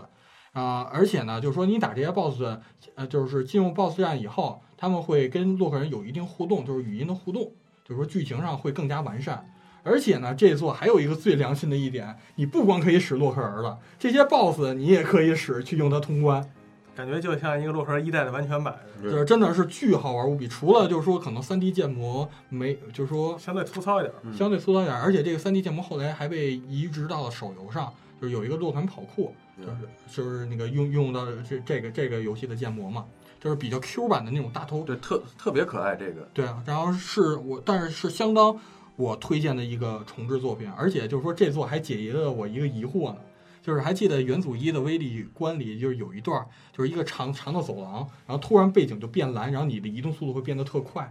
Speaker 1: 啊、而且呢，就是说你打这些 BOSS 的呃，就是进入 BOSS 战以后，他们会跟洛克人有一定互动，就是语音的互动，就是说剧情上会更加完善。而且呢，这一座还有一个最良心的一点，你不光可以使洛克人了，这些 BOSS 你也可以使去用它通关，
Speaker 2: 感觉就像一个洛克人一代的完全版似
Speaker 1: 就是真的是巨好玩无比。除了就是说可能 3D 建模没，就是说
Speaker 2: 的，相对粗糙一点儿。
Speaker 4: 嗯
Speaker 1: 相对粗糙一点，而且这个 3D 建模后来还被移植到了手游上，就是有一个洛克人跑酷，就是就是那个用用到这这个这个游戏的建模嘛，就是比较 Q 版的那种大头
Speaker 4: 对，特特别可爱这个。
Speaker 1: 对啊，然后是我，但是是相当我推荐的一个重置作品，而且就是说这座还解决了我一个疑惑呢，就是还记得元祖一的威力关里，就是有一段，就是一个长长的走廊，然后突然背景就变蓝，然后你的移动速度会变得特快。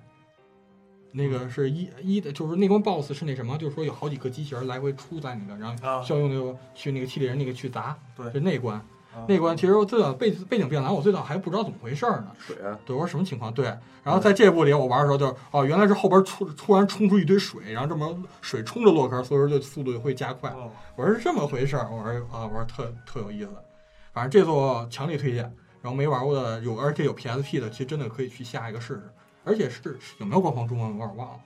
Speaker 1: 那个是一一的，就是那关 BOSS 是那什么，就是说有好几个机器人来回出在你的，然后
Speaker 2: 啊
Speaker 1: 需要用那个去那个气力人那个去砸，
Speaker 2: 对
Speaker 1: 就那关。
Speaker 2: 啊
Speaker 1: 那关其实我最早背背景变蓝，我最早还不知道怎么回事儿呢。
Speaker 4: 水啊，
Speaker 1: 对，我说什么情况？对，然后在这部里我玩的时候就是，哦，原来是后边突突然冲出一堆水，然后这么水冲着洛克，所以说就速度就会加快。
Speaker 2: 哦
Speaker 1: 我说是这么回事儿，我说啊，我说特特有意思，反正这座强力推荐。然后没玩过的有，而且有 PSP 的，其实真的可以去下一个试试。而且是有没有官方中文，我有点忘了，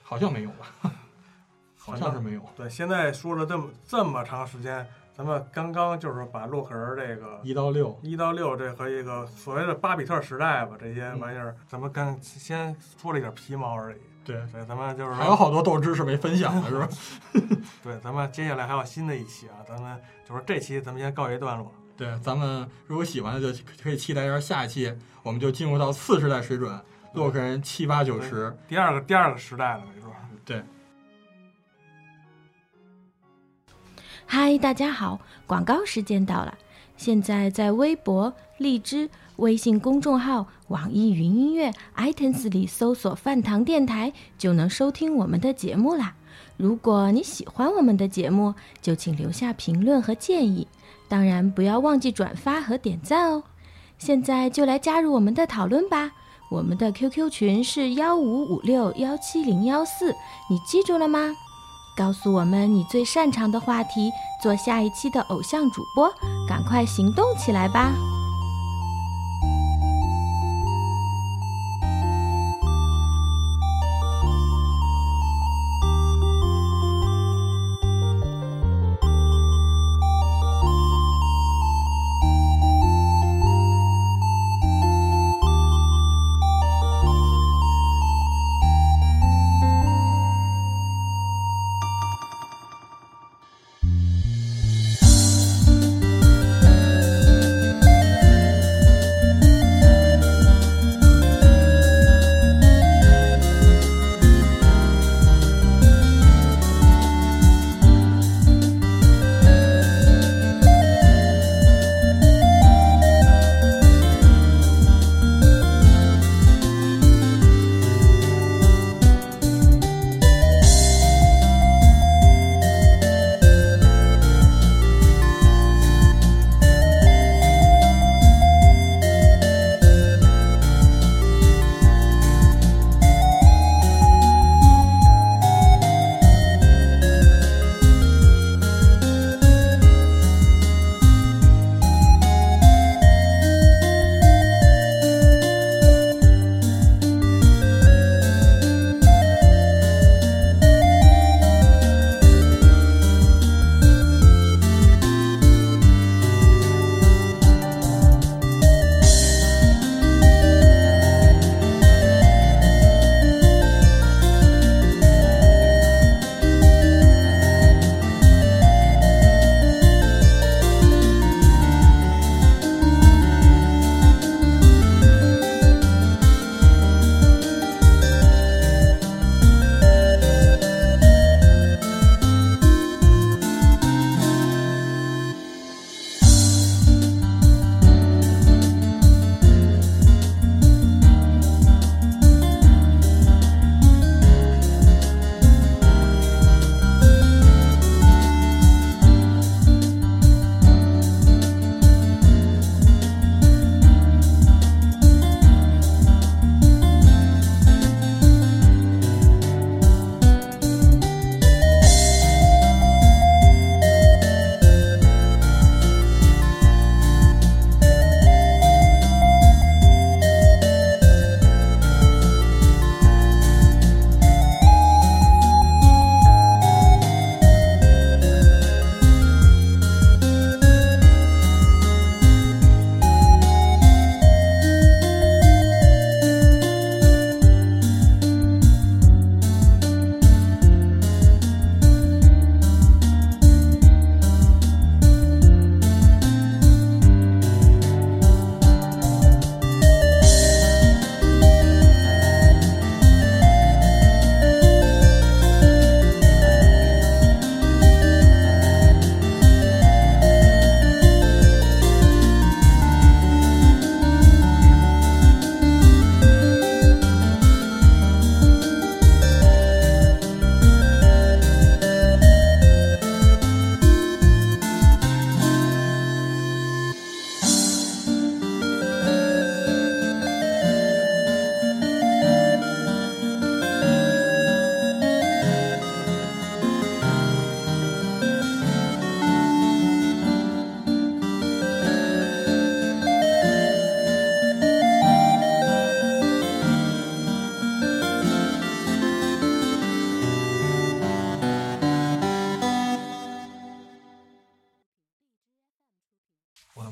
Speaker 1: 好像没有吧？ [laughs] 好像是没有。
Speaker 2: 对，现在说了这么这么长时间，咱们刚刚就是把洛克人这个
Speaker 1: 一到六，
Speaker 2: 一到六这和一个所谓的巴比特时代吧，这些
Speaker 1: 嗯
Speaker 2: 玩意儿，咱们刚先说了一点皮毛而已。
Speaker 1: 对，
Speaker 2: 对，咱们就是说
Speaker 1: 还有好多豆知识没分享呢，是吧？
Speaker 2: 对，咱们接下来还有新的一期啊，咱们就是这期咱们先告一段落。
Speaker 1: 对，咱们如果喜欢的就可以期待一下下一期，我们就进入到次世代水准，洛克人七八九十。
Speaker 2: 第二个第二个时代了，没准儿。
Speaker 1: 对，
Speaker 5: 嗨，大家好，广告时间到了。现在在微博、荔枝、微信公众号、网易云音乐、iTunes 里搜索“饭堂电台”，就能收听我们的节目啦。如果你喜欢我们的节目，就请留下评论和建议，当然不要忘记转发和点赞哦。现在就来加入我们的讨论吧。我们的 QQ 群是幺五五六幺七零幺四，你记住了吗？告诉我们你最擅长的话题，做下一期的偶像主播，赶快行动起来吧！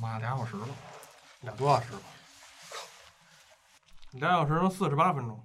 Speaker 1: 妈，俩小时了，
Speaker 2: 俩多小时吧。俩小时能四十八分钟，